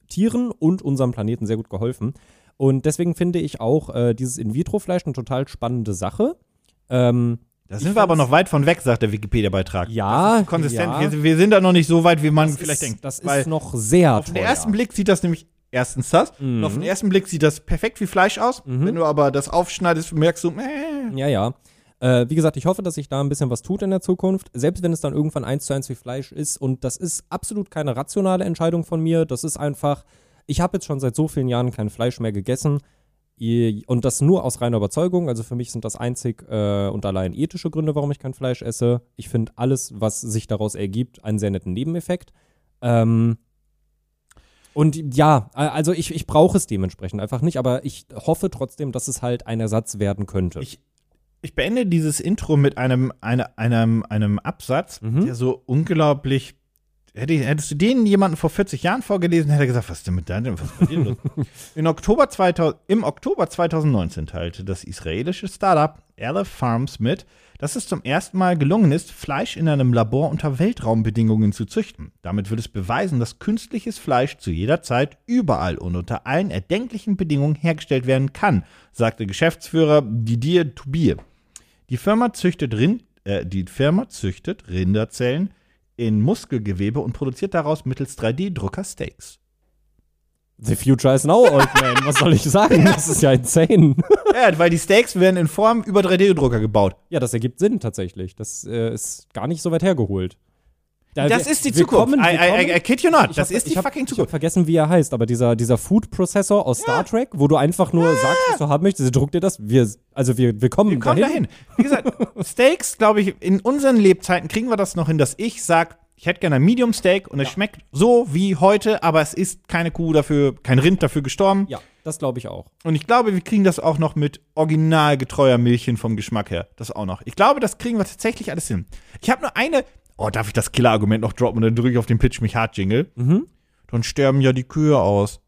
S3: Tieren und unserem Planeten sehr gut geholfen. Und deswegen finde ich auch äh, dieses In-vitro-Fleisch eine total spannende Sache. Ähm,
S2: da
S3: ich
S2: sind wir aber
S3: find's-
S2: noch weit von weg, sagt der Wikipedia-Beitrag.
S3: ja,
S2: Konsistent.
S3: ja,
S2: Wir, wir sind da noch nicht so weit, wie man
S3: das
S2: vielleicht
S3: ist,
S2: denkt.
S3: Das
S2: Weil
S3: ist noch sehr
S2: auf den ersten Blick sieht das nämlich erstens das. Und
S3: Mhm.
S2: auf den ersten Blick sieht das perfekt wie Fleisch aus. Wenn du aber das aufschneidest, merkst du, äh,
S3: Ja, ja. Äh, wie gesagt, ich hoffe, dass sich da ein bisschen was tut in der Zukunft. Selbst wenn es dann irgendwann eins zu eins wie Fleisch ist. Und das ist absolut keine rationale Entscheidung von mir. Das ist einfach, ich habe jetzt schon seit so vielen Jahren kein Fleisch mehr gegessen. Ihr- Und das nur aus reiner Überzeugung. Also für mich sind das einzig äh, und allein ethische Gründe, warum ich kein Fleisch esse. Ich finde alles, was sich daraus ergibt, einen sehr netten Nebeneffekt. Ähm, und ja, a- also ich, ich brauche es dementsprechend einfach nicht, aber ich hoffe trotzdem, dass es halt ein Ersatz werden könnte.
S2: Ich, ich beende dieses Intro mit einem, einer, einem, einem Absatz,
S3: Mhm.
S2: der so unglaublich. Hätte, ich- hättest du den jemanden vor 40 Jahren vorgelesen, hätte er gesagt, was ist denn mit deinem? Was ist bei dir los? In Oktober 2000, Im Oktober 2019 teilte das israelische Startup Aleph Farms mit, dass es zum ersten Mal gelungen ist, Fleisch in einem Labor unter Weltraumbedingungen zu züchten. Damit will es beweisen, dass künstliches Fleisch zu jeder Zeit überall und unter allen erdenklichen Bedingungen hergestellt werden kann, sagte Geschäftsführer Didier Toubir. Die Firma züchtet, Rind, äh, die Firma züchtet Rinderzellen in Muskelgewebe und produziert daraus mittels 3D-Drucker Steaks.
S3: The future is now, old man. Was soll ich sagen? Das ist ja insane.
S2: Ja, weil die Steaks werden in Form über 3D-Drucker gebaut.
S3: Ja, das ergibt Sinn tatsächlich. Das äh, ist gar nicht so weit hergeholt. Da-
S2: das
S3: wir-
S2: ist die
S3: wir
S2: Zukunft.
S3: kommen- wir
S2: I, I, I, I
S3: kommen-
S2: kid you not. das
S3: hab-
S2: ist die
S3: Also ich hab-
S2: fucking
S3: Ich hab
S2: Zukunft.
S3: vergessen, wie er heißt, aber dieser, dieser Food-Prozessor aus Star Trek, wo du einfach nur sagst, was du haben möchtest, druckt dir das. Wir, also wir, wir kommen,
S2: Wir kommen dahin. Wie gesagt, Steaks, glaube ich, in unseren Lebzeiten kriegen wir das noch hin, dass ich sage, ich hätte gerne ein Medium Steak und es schmeckt so wie heute, aber es ist keine Kuh dafür, kein Rind dafür gestorben.
S3: Ja, das glaube ich auch.
S2: Und ich glaube, wir kriegen das auch noch mit originalgetreuer Milch hin vom Geschmack her. Das auch noch. Ich glaube, das kriegen wir tatsächlich alles hin. Ich habe nur eine. Oh, darf ich das Killer-Argument noch droppen? Und dann drücke ich auf den Pitch mich hart Jingle.
S3: Mhm.
S2: Dann sterben ja die Kühe aus.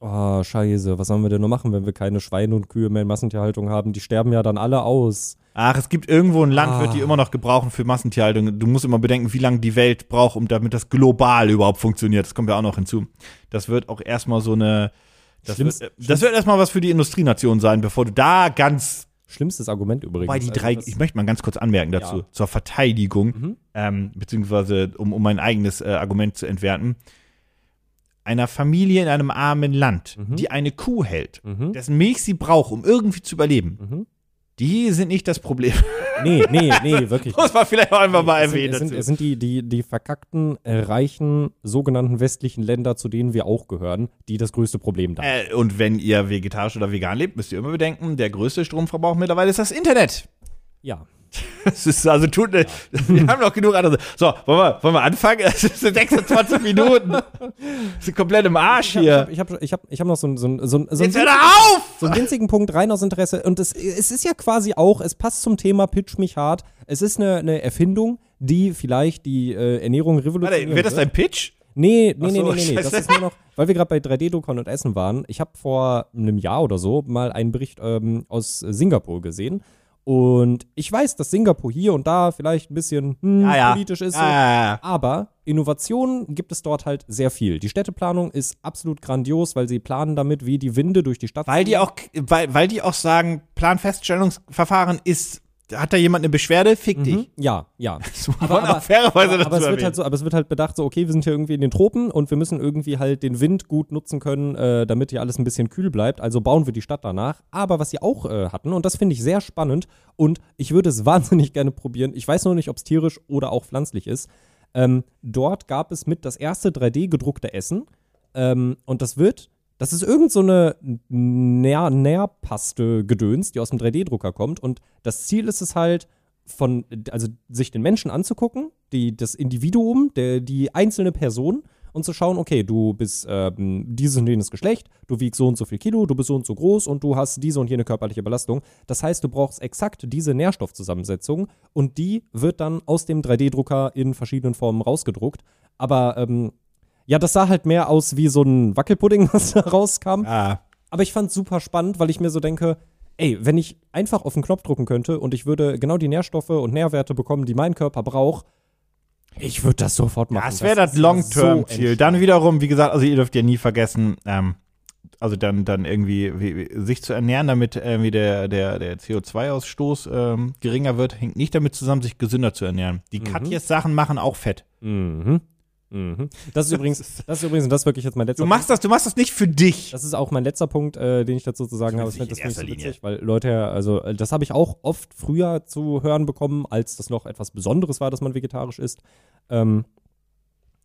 S3: Oh, scheiße. Was sollen wir denn nur machen, wenn wir keine Schweine und Kühe mehr in Massentierhaltung haben? Die sterben ja dann alle aus.
S2: Ach, es gibt irgendwo ein Land, wird die
S3: Ah.
S2: immer noch gebrauchen für Massentierhaltung. Du musst immer bedenken, wie lange die Welt braucht, um damit das global überhaupt funktioniert. Das kommt ja auch noch hinzu. Das wird auch erstmal so eine. Das
S3: Schlimmst-
S2: wird, äh, das wird erstmal was für die Industrienation sein, bevor du da ganz
S3: Schlimmstes Argument übrigens.
S2: Wobei die
S3: Also
S2: drei,
S3: das-
S2: ich möchte mal ganz kurz anmerken dazu,
S3: Ja. Mhm.
S2: zur Verteidigung, ähm, beziehungsweise um, um mein eigenes äh, Argument zu entwerten. Einer Familie in einem armen Land, die eine Kuh hält,
S3: Mhm.
S2: dessen Milch sie braucht, um irgendwie zu überleben,
S3: Mhm.
S2: die sind nicht das Problem.
S3: Nee, nee, nee, wirklich.
S2: Muss man vielleicht auch einfach mal
S3: es sind,
S2: erwähnen.
S3: es sind,
S2: dazu.
S3: es sind die, die, die verkackten, äh, reichen, sogenannten westlichen Länder, zu denen wir auch gehören, die das größte Problem da haben.
S2: Äh, und wenn ihr vegetarisch oder vegan lebt, müsst ihr immer bedenken, der größte Stromverbrauch mittlerweile ist das Internet.
S3: Ja.
S2: Das ist also tut, wir haben noch genug andere. So, wollen wir, wollen wir anfangen? Es sind 26 Minuten. Sind komplett im Arsch hier.
S3: Ich habe ich hab, ich hab noch so einen so ein- so ein- so ein
S2: Jetzt hör doch auf!
S3: so einen winzigen Punkt rein aus Interesse. Und es, es ist ja quasi auch, es passt zum Thema Pitch mich hart. Es ist eine, eine Erfindung, die vielleicht die äh, Ernährung revolutioniert.
S2: Warte, wird das dein Pitch?
S3: Nee, nee,
S2: Ach so,
S3: nee, nee, nee, nee. Das
S2: scheiße.
S3: ist nur noch, weil wir gerade bei 3D-Druckern und Essen waren. Ich habe vor einem Jahr oder so mal einen Bericht ähm, aus Singapur gesehen. Und ich weiß, dass Singapur hier und da vielleicht ein bisschen hm, politisch ist.
S2: Ah, Ja, ja, ja.
S3: Aber Innovationen gibt es dort halt sehr viel. Die Städteplanung ist absolut grandios, weil sie planen damit, wie die Winde durch die Stadt
S2: Weil die
S3: ziehen.
S2: auch, weil, weil die auch sagen, Planfeststellungsverfahren ist, hat da jemand eine Beschwerde? Fick dich.
S3: Ja, ja.
S2: Das muss man auch fairerweise
S3: Aber, aber,
S2: dazu
S3: es wird
S2: erwähnen.
S3: halt so, aber es wird halt bedacht, so, okay, wir sind hier irgendwie in den Tropen und wir müssen irgendwie halt den Wind gut nutzen können, äh, damit hier alles ein bisschen kühl bleibt. Also bauen wir die Stadt danach. Aber was sie auch äh, hatten, und das finde ich sehr spannend und ich würde es wahnsinnig gerne probieren. Ich weiß nur nicht, ob es tierisch oder auch pflanzlich ist. Ähm, dort gab es mit das erste 3D-gedruckte Essen. Ähm, und das wird, das ist irgend so eine Nähr Nährpaste-Gedöns, die aus dem 3D-Drucker kommt. Und das Ziel ist es halt, von, also sich den Menschen anzugucken, die, das Individuum, der, die einzelne Person und zu schauen, okay, du bist ähm, dieses und jenes Geschlecht, du wiegst so und so viel Kilo, du bist so und so groß und du hast diese und jene körperliche Belastung. Das heißt, du brauchst exakt diese Nährstoffzusammensetzung und die wird dann aus dem 3D-Drucker in verschiedenen Formen rausgedruckt. Aber ähm, ja, das sah halt mehr aus wie so ein Wackelpudding, was da rauskam.
S2: Ah.
S3: Aber ich fand es super spannend, weil ich mir so denke, ey, wenn ich einfach auf den Knopf drücken könnte und ich würde genau die Nährstoffe und Nährwerte bekommen, die mein Körper braucht, ich würde das sofort machen.
S2: Das wäre das,
S3: ist ja
S2: Long-Term-Ziel.
S3: so
S2: dann wiederum, wie gesagt, also ihr dürft ja nie vergessen, ähm, also dann, dann irgendwie wie, wie, sich zu ernähren, damit irgendwie der, der, der CO2-Ausstoß ähm, geringer wird, hängt nicht damit zusammen, sich gesünder zu ernähren. Die Katjes Sachen machen auch Fett.
S3: Mhm. Mhm. Das ist übrigens, das ist übrigens, und das ist wirklich jetzt mein letzter
S2: Du machst das, du machst das nicht für dich.
S3: Das ist auch mein letzter Punkt, äh, den ich dazu zu sagen habe. Das
S2: Zumindest
S3: finde das
S2: nicht
S3: find ich so
S2: in erster
S3: witzig, weil Leute, ja, also äh, das habe ich auch oft früher zu hören bekommen, als das noch etwas Besonderes war, dass man vegetarisch ist. Ähm,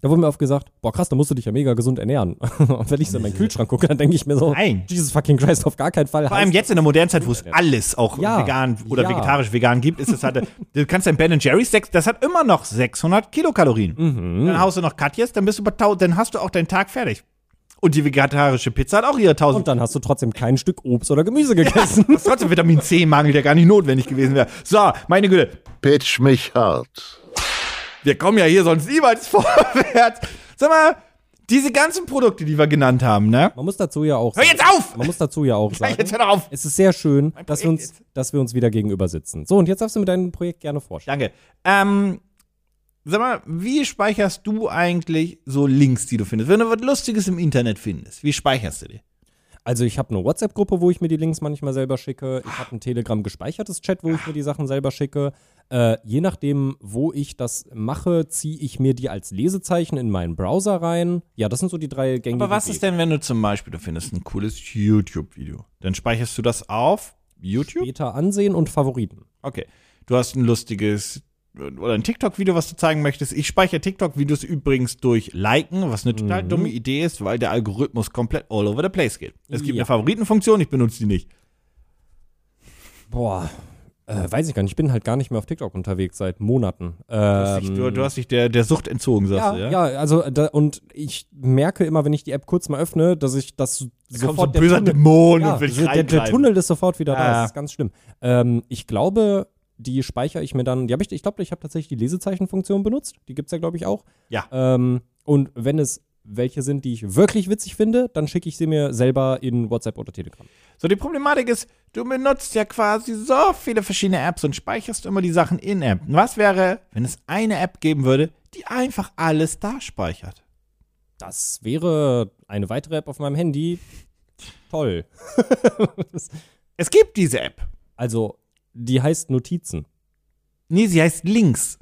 S3: da wurde mir oft gesagt, boah krass, da musst du dich ja mega gesund ernähren. Und wenn ich so in meinen Kühlschrank gucke, dann denke ich mir so,
S2: Nein.
S3: Jesus fucking Christ, auf gar keinen Fall.
S2: Vor allem
S3: heißt-
S2: jetzt in der modernen Zeit, wo es alles auch
S3: Ja.
S2: vegan oder
S3: Ja.
S2: vegetarisch vegan gibt, ist es halt, du kannst dein Ben Jerry's, Sex- das hat immer noch 600 Kilokalorien.
S3: Mhm.
S2: Dann haust du noch Katjes, dann bist du bei 1000, dann hast du auch deinen Tag fertig. Und die vegetarische Pizza hat auch ihre 1000
S3: Und dann hast du trotzdem kein Stück Obst oder Gemüse gegessen.
S2: Was trotzdem Vitamin C-Mangel, der gar nicht notwendig gewesen wäre. So, meine Güte,
S1: Pitch mich hart.
S2: wir kommen ja hier sonst niemals vorwärts. Sag mal, diese ganzen Produkte, die wir genannt haben, ne?
S3: Man muss dazu ja auch
S2: Hör jetzt auf!
S3: Man muss dazu ja auch
S2: Ja,
S3: sagen.
S2: jetzt hör doch auf!
S3: es ist sehr schön, dass wir,
S2: Projekt
S3: uns, dass wir uns wieder gegenüber sitzen. So, und jetzt darfst du mit deinem Projekt gerne vorstellen.
S2: Danke. Ähm, sag mal, wie speicherst du eigentlich so Links, die du findest? Wenn du was Lustiges im Internet findest, wie speicherst du die?
S3: Also ich habe eine WhatsApp-Gruppe, wo ich mir die Links manchmal selber schicke. Ich habe ein Telegram gespeichertes Chat, wo ich mir die Sachen selber schicke. Äh, je nachdem, wo ich das mache, ziehe ich mir die als Lesezeichen in meinen Browser rein. Ja, das sind so die drei gängigen
S2: Aber was
S3: Wege.
S2: ist denn, wenn du zum Beispiel, du findest ein cooles YouTube-Video, dann speicherst du das auf YouTube?
S3: Beta ansehen und Favoriten.
S2: Okay. Du hast ein lustiges oder ein TikTok-Video, was du zeigen möchtest. Ich speichere TikTok-Videos übrigens durch Liken, was eine total
S3: Mhm.
S2: dumme Idee ist, weil der Algorithmus komplett all over the place geht. Es gibt
S3: Ja.
S2: eine Favoritenfunktion, ich benutze die nicht.
S3: Boah, äh, weiß ich gar nicht. Ich bin halt gar nicht mehr auf TikTok unterwegs seit Monaten.
S2: Du hast dich-
S3: Ähm,
S2: du, du hast dich der, der Sucht entzogen, sagst
S3: ja,
S2: du,
S3: ja,
S2: ja?
S3: also da, und ich merke immer, wenn ich die App kurz mal öffne, dass ich das so-
S2: Da kommt so ein
S3: sofort der
S2: böser
S3: Tunnel-
S2: Dämon
S3: ja,
S2: und will dich
S3: so der, der
S2: reintreiben.
S3: Tunnel ist sofort wieder
S2: Ja.
S3: da. Das ist ganz schlimm. Ähm, ich glaube, die speichere ich mir dann. Die hab ich ich glaube, ich habe tatsächlich die Lesezeichenfunktion benutzt. Die gibt's ja, glaube ich, auch.
S2: Ja.
S3: Ähm, und wenn es welche sind, die ich wirklich witzig finde, dann schicke ich sie mir selber in WhatsApp oder Telegram.
S2: So, die Problematik ist, du benutzt ja quasi so viele verschiedene Apps und speicherst immer die Sachen in App. Was wäre, wenn es eine App geben würde, die einfach alles da speichert?
S3: Das wäre eine weitere App auf meinem Handy. Toll.
S2: Es gibt diese App.
S3: Also, die heißt Notizen.
S2: Nee, sie heißt Links.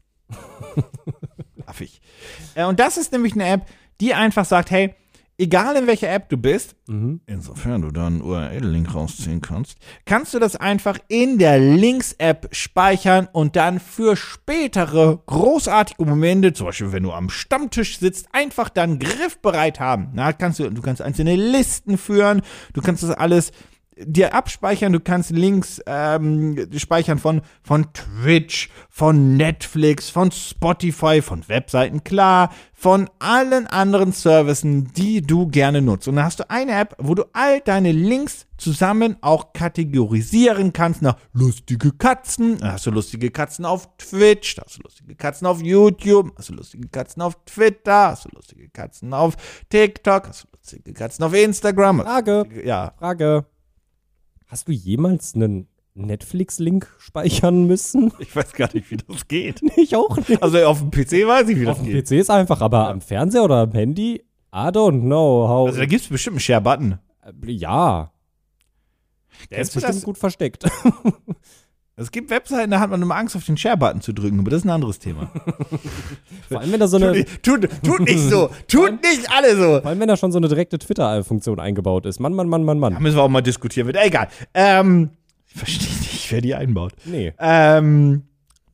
S2: Affig. Äh, Und das ist nämlich eine App, die einfach sagt, hey, egal in welcher App du bist,
S3: Mhm.
S2: insofern du da einen URL-Link rausziehen kannst, kannst du das einfach in der Links-App speichern und dann für spätere großartige Momente, zum Beispiel wenn du am Stammtisch sitzt, einfach dann griffbereit haben. Na, kannst du, du kannst einzelne Listen führen, du kannst das alles dir abspeichern, du kannst Links ähm, speichern von, von Twitch, von Netflix, von Spotify, von Webseiten, klar, von allen anderen Services, die du gerne nutzt. Und dann hast du eine App, wo du all deine Links zusammen auch kategorisieren kannst nach lustige Katzen, dann hast du lustige Katzen auf Twitch, da hast du lustige Katzen auf YouTube, hast du lustige Katzen auf Twitter, hast du lustige Katzen auf TikTok, hast du lustige Katzen auf Instagram. hast du
S3: Frage.
S2: lustige- Ja,
S3: Frage. Hast du jemals einen Netflix-Link speichern müssen?
S2: Ich weiß gar nicht, wie das geht.
S3: ich auch nicht.
S2: Also auf dem PC weiß ich, wie
S3: Auf
S2: das
S3: dem
S2: geht.
S3: PC ist einfach, aber am Fernseher oder am Handy? I don't know how. Äh,
S2: Also da gibt es bestimmt einen Share-Button.
S3: ja, der
S2: Kennst
S3: ist
S2: du
S3: bestimmt
S2: das?
S3: gut versteckt.
S2: Es gibt Webseiten, da hat man immer Angst, auf den Share-Button zu drücken, aber das ist ein anderes Thema.
S3: vor, allem, wenn da so eine,
S2: tut, tut, tut nicht so. Tut nicht alle so.
S3: vor allem, wenn da schon so eine direkte Twitter-Funktion eingebaut ist. Mann, Mann, Mann, Mann, Mann.
S2: Da müssen wir auch mal diskutieren. Mit. Egal. Ähm, ich verstehe nicht, wer die einbaut.
S3: nee.
S2: Ähm,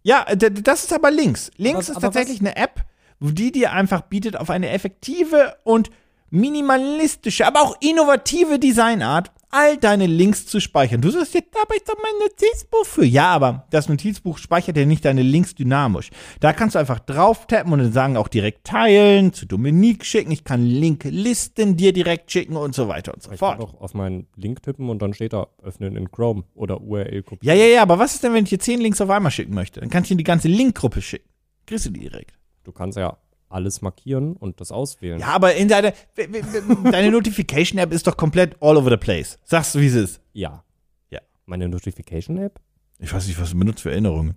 S2: ja, d- d- das ist aber links. Links
S3: Aber-
S2: ist
S3: aber
S2: tatsächlich eine App, die dir einfach bietet, auf eine effektive und minimalistische, aber auch innovative Designart all deine Links zu speichern. Du sagst jetzt, da habe ich doch mein Notizbuch für. Ja, aber das Notizbuch speichert ja nicht deine Links dynamisch. Da kannst du einfach drauf tappen und dann sagen auch direkt teilen, zu Dominik schicken, ich kann Linklisten dir direkt schicken und so weiter und so
S3: Ich
S2: fort.
S3: kann doch auf meinen Link tippen und dann steht da öffnen in Chrome oder URL kopieren.
S2: Ja, ja, ja, aber was ist denn, wenn ich dir zehn Links auf einmal schicken möchte? Dann kannst du dir die ganze Linkgruppe schicken. Kriegst du die direkt.
S3: Du kannst ja alles markieren und das auswählen.
S2: Ja, aber in deiner, w- w- w- deine Notification-App ist doch komplett all over the place. Sagst du, wie es ist?
S3: Ja.
S2: Ja.
S3: Meine Notification-App?
S2: Ich weiß nicht, was du benutzt für Erinnerungen.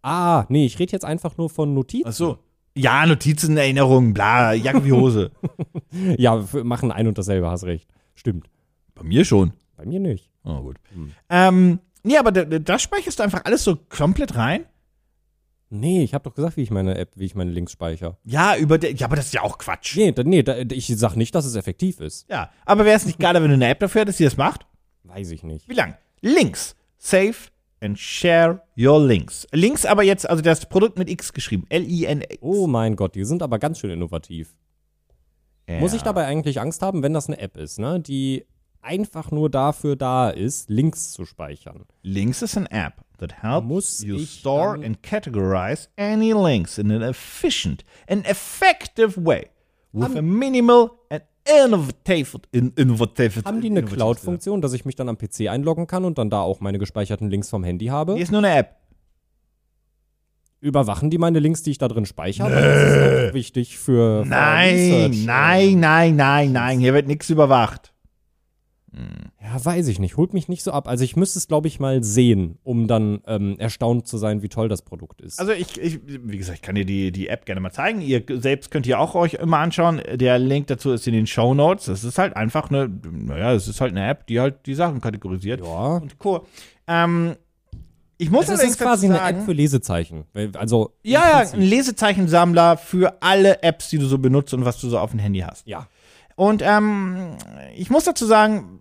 S3: Ah, nee, ich rede jetzt einfach nur von Notizen.
S2: Ach so. Ja, Notizen, Erinnerungen, bla, Jacke wie Hose.
S3: Ja, f- machen ein und dasselbe, hast recht. Stimmt.
S2: Bei mir schon.
S3: Bei mir nicht.
S2: Oh, gut. Ähm, nee, aber da, da- da speicherst du einfach alles so komplett rein.
S3: Nee, ich habe doch gesagt, wie ich meine App, wie ich meine Links speichere.
S2: Ja, über der, ja, aber das ist ja auch Quatsch.
S3: Nee, da, nee, da, ich sag nicht, dass es effektiv ist.
S2: Ja, aber wäre es nicht geiler, wenn du eine App dafür hättest, die das macht?
S3: Weiß ich nicht.
S2: Wie lang? Links. Save and share your links. Links aber jetzt, also das Produkt mit X geschrieben. L-I-N-X.
S3: Oh mein Gott, die sind aber ganz schön innovativ.
S2: Ja.
S3: Muss ich dabei eigentlich Angst haben, wenn das eine App ist, ne? Die einfach nur dafür da ist, Links zu speichern.
S2: Links is an app that helps
S3: Muss
S2: you
S3: ich
S2: store
S3: dann-
S2: and categorize any links in an efficient and effective way with a minimal and innovative, in, innovative
S3: Haben die eine
S2: innovative-
S3: Cloud-Funktion, dass ich mich dann am PC einloggen kann und dann da auch meine gespeicherten Links vom Handy habe?
S2: Die ist nur eine App.
S3: Überwachen die meine Links, die ich da drin speichere? Das ist auch wichtig für, für
S2: Nein,
S3: Research.
S2: nein, nein, nein, nein. Hier wird nichts überwacht.
S3: Ja, weiß ich nicht. Holt mich nicht so ab. Also ich müsste es, glaube ich, mal sehen, um dann ähm, erstaunt zu sein, wie toll das Produkt ist.
S2: Also ich, ich, wie gesagt, ich kann dir die, die App gerne mal zeigen. Ihr selbst könnt ihr auch euch immer anschauen. Der Link dazu ist in den Show Notes. Das ist halt einfach eine, naja, es ist halt eine App, die halt die Sachen kategorisiert.
S3: ja.
S2: Und Co. Ähm, Also ich muss
S3: Es ist
S2: allerdings
S3: jetzt quasi
S2: dazu
S3: eine
S2: sagen,
S3: App für Lesezeichen. Weil- Also im
S2: ja, ja,
S3: Prinzip-
S2: ein Lesezeichensammler für alle Apps, die du so benutzt und was du so auf dem Handy hast.
S3: ja.
S2: Und ähm, ich muss dazu sagen,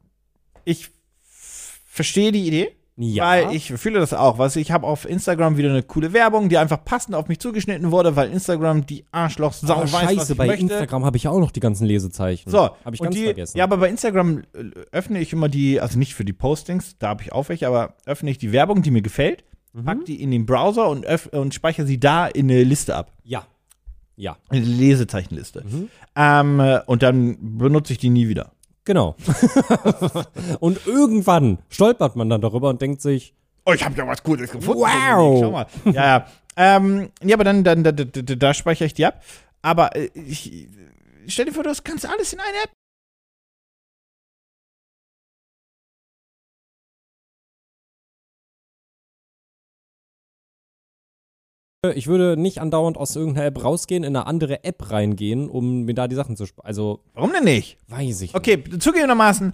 S2: ich f- verstehe die Idee.
S3: Ja.
S2: Weil ich fühle das auch. Was ich habe auf Instagram wieder eine coole Werbung, die einfach passend auf mich zugeschnitten wurde, weil Instagram die Arschloch sau
S3: Aber
S2: weiß, was
S3: Oh, Scheiße,
S2: ich
S3: bei
S2: möchte.
S3: Instagram habe ich ja auch noch die ganzen Lesezeichen.
S2: So,
S3: habe ich
S2: und
S3: ganz
S2: die,
S3: vergessen.
S2: Ja, aber bei Instagram äh, öffne ich immer die, also nicht für die Postings, da habe ich auch welche, aber öffne ich die Werbung, die mir gefällt,
S3: Mhm.
S2: pack die in den Browser und, öff- und speichere sie da in eine Liste ab.
S3: ja. Ja,
S2: Eine Lesezeichenliste.
S3: Mhm.
S2: Ähm, äh, und dann benutze ich die nie wieder.
S3: genau. und irgendwann stolpert man dann darüber und denkt sich,
S2: Oh, ich habe ja was Cooles gefunden.
S3: Wow.
S2: Schau mal. Ja, ja. ähm, ja, aber dann, dann da, da, da, da speichere ich die ab. Aber äh, ich, stell dir vor, du hast- kannst alles in einer App.
S3: äh, ich würde nicht andauernd aus irgendeiner App rausgehen, in eine andere App reingehen, um mir da die Sachen zu sparen. Also,
S2: Warum denn nicht?
S3: weiß ich
S2: Okay, zugegebenermaßen,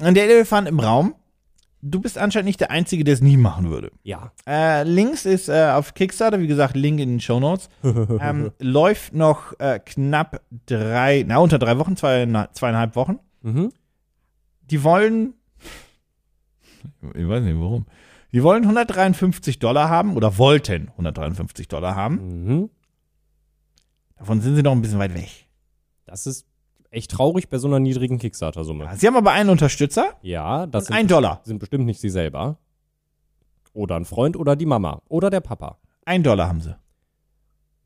S2: der Elefant im Raum. Du bist anscheinend nicht der Einzige, der es nie machen würde.
S3: nicht. Ja.
S2: Äh, links ist äh, auf Kickstarter, wie gesagt, Link in den Show Notes. ähm, läuft noch äh, knapp drei, na, unter drei Wochen, zwei, zweieinhalb Wochen.
S3: Mhm.
S2: die wollen, ich weiß nicht warum, die wollen 153 Dollar haben oder wollten 153 Dollar haben.
S3: Mhm.
S2: Davon sind sie noch ein bisschen weit weg.
S3: Das ist echt traurig bei so einer niedrigen Kickstarter-Summe.
S2: Sie haben aber einen Unterstützer
S3: Ja, das
S2: und
S3: sind,
S2: einen Dollar.
S3: sind bestimmt nicht sie selber. Oder ein Freund oder die Mama oder der Papa.
S2: Einen Dollar haben sie.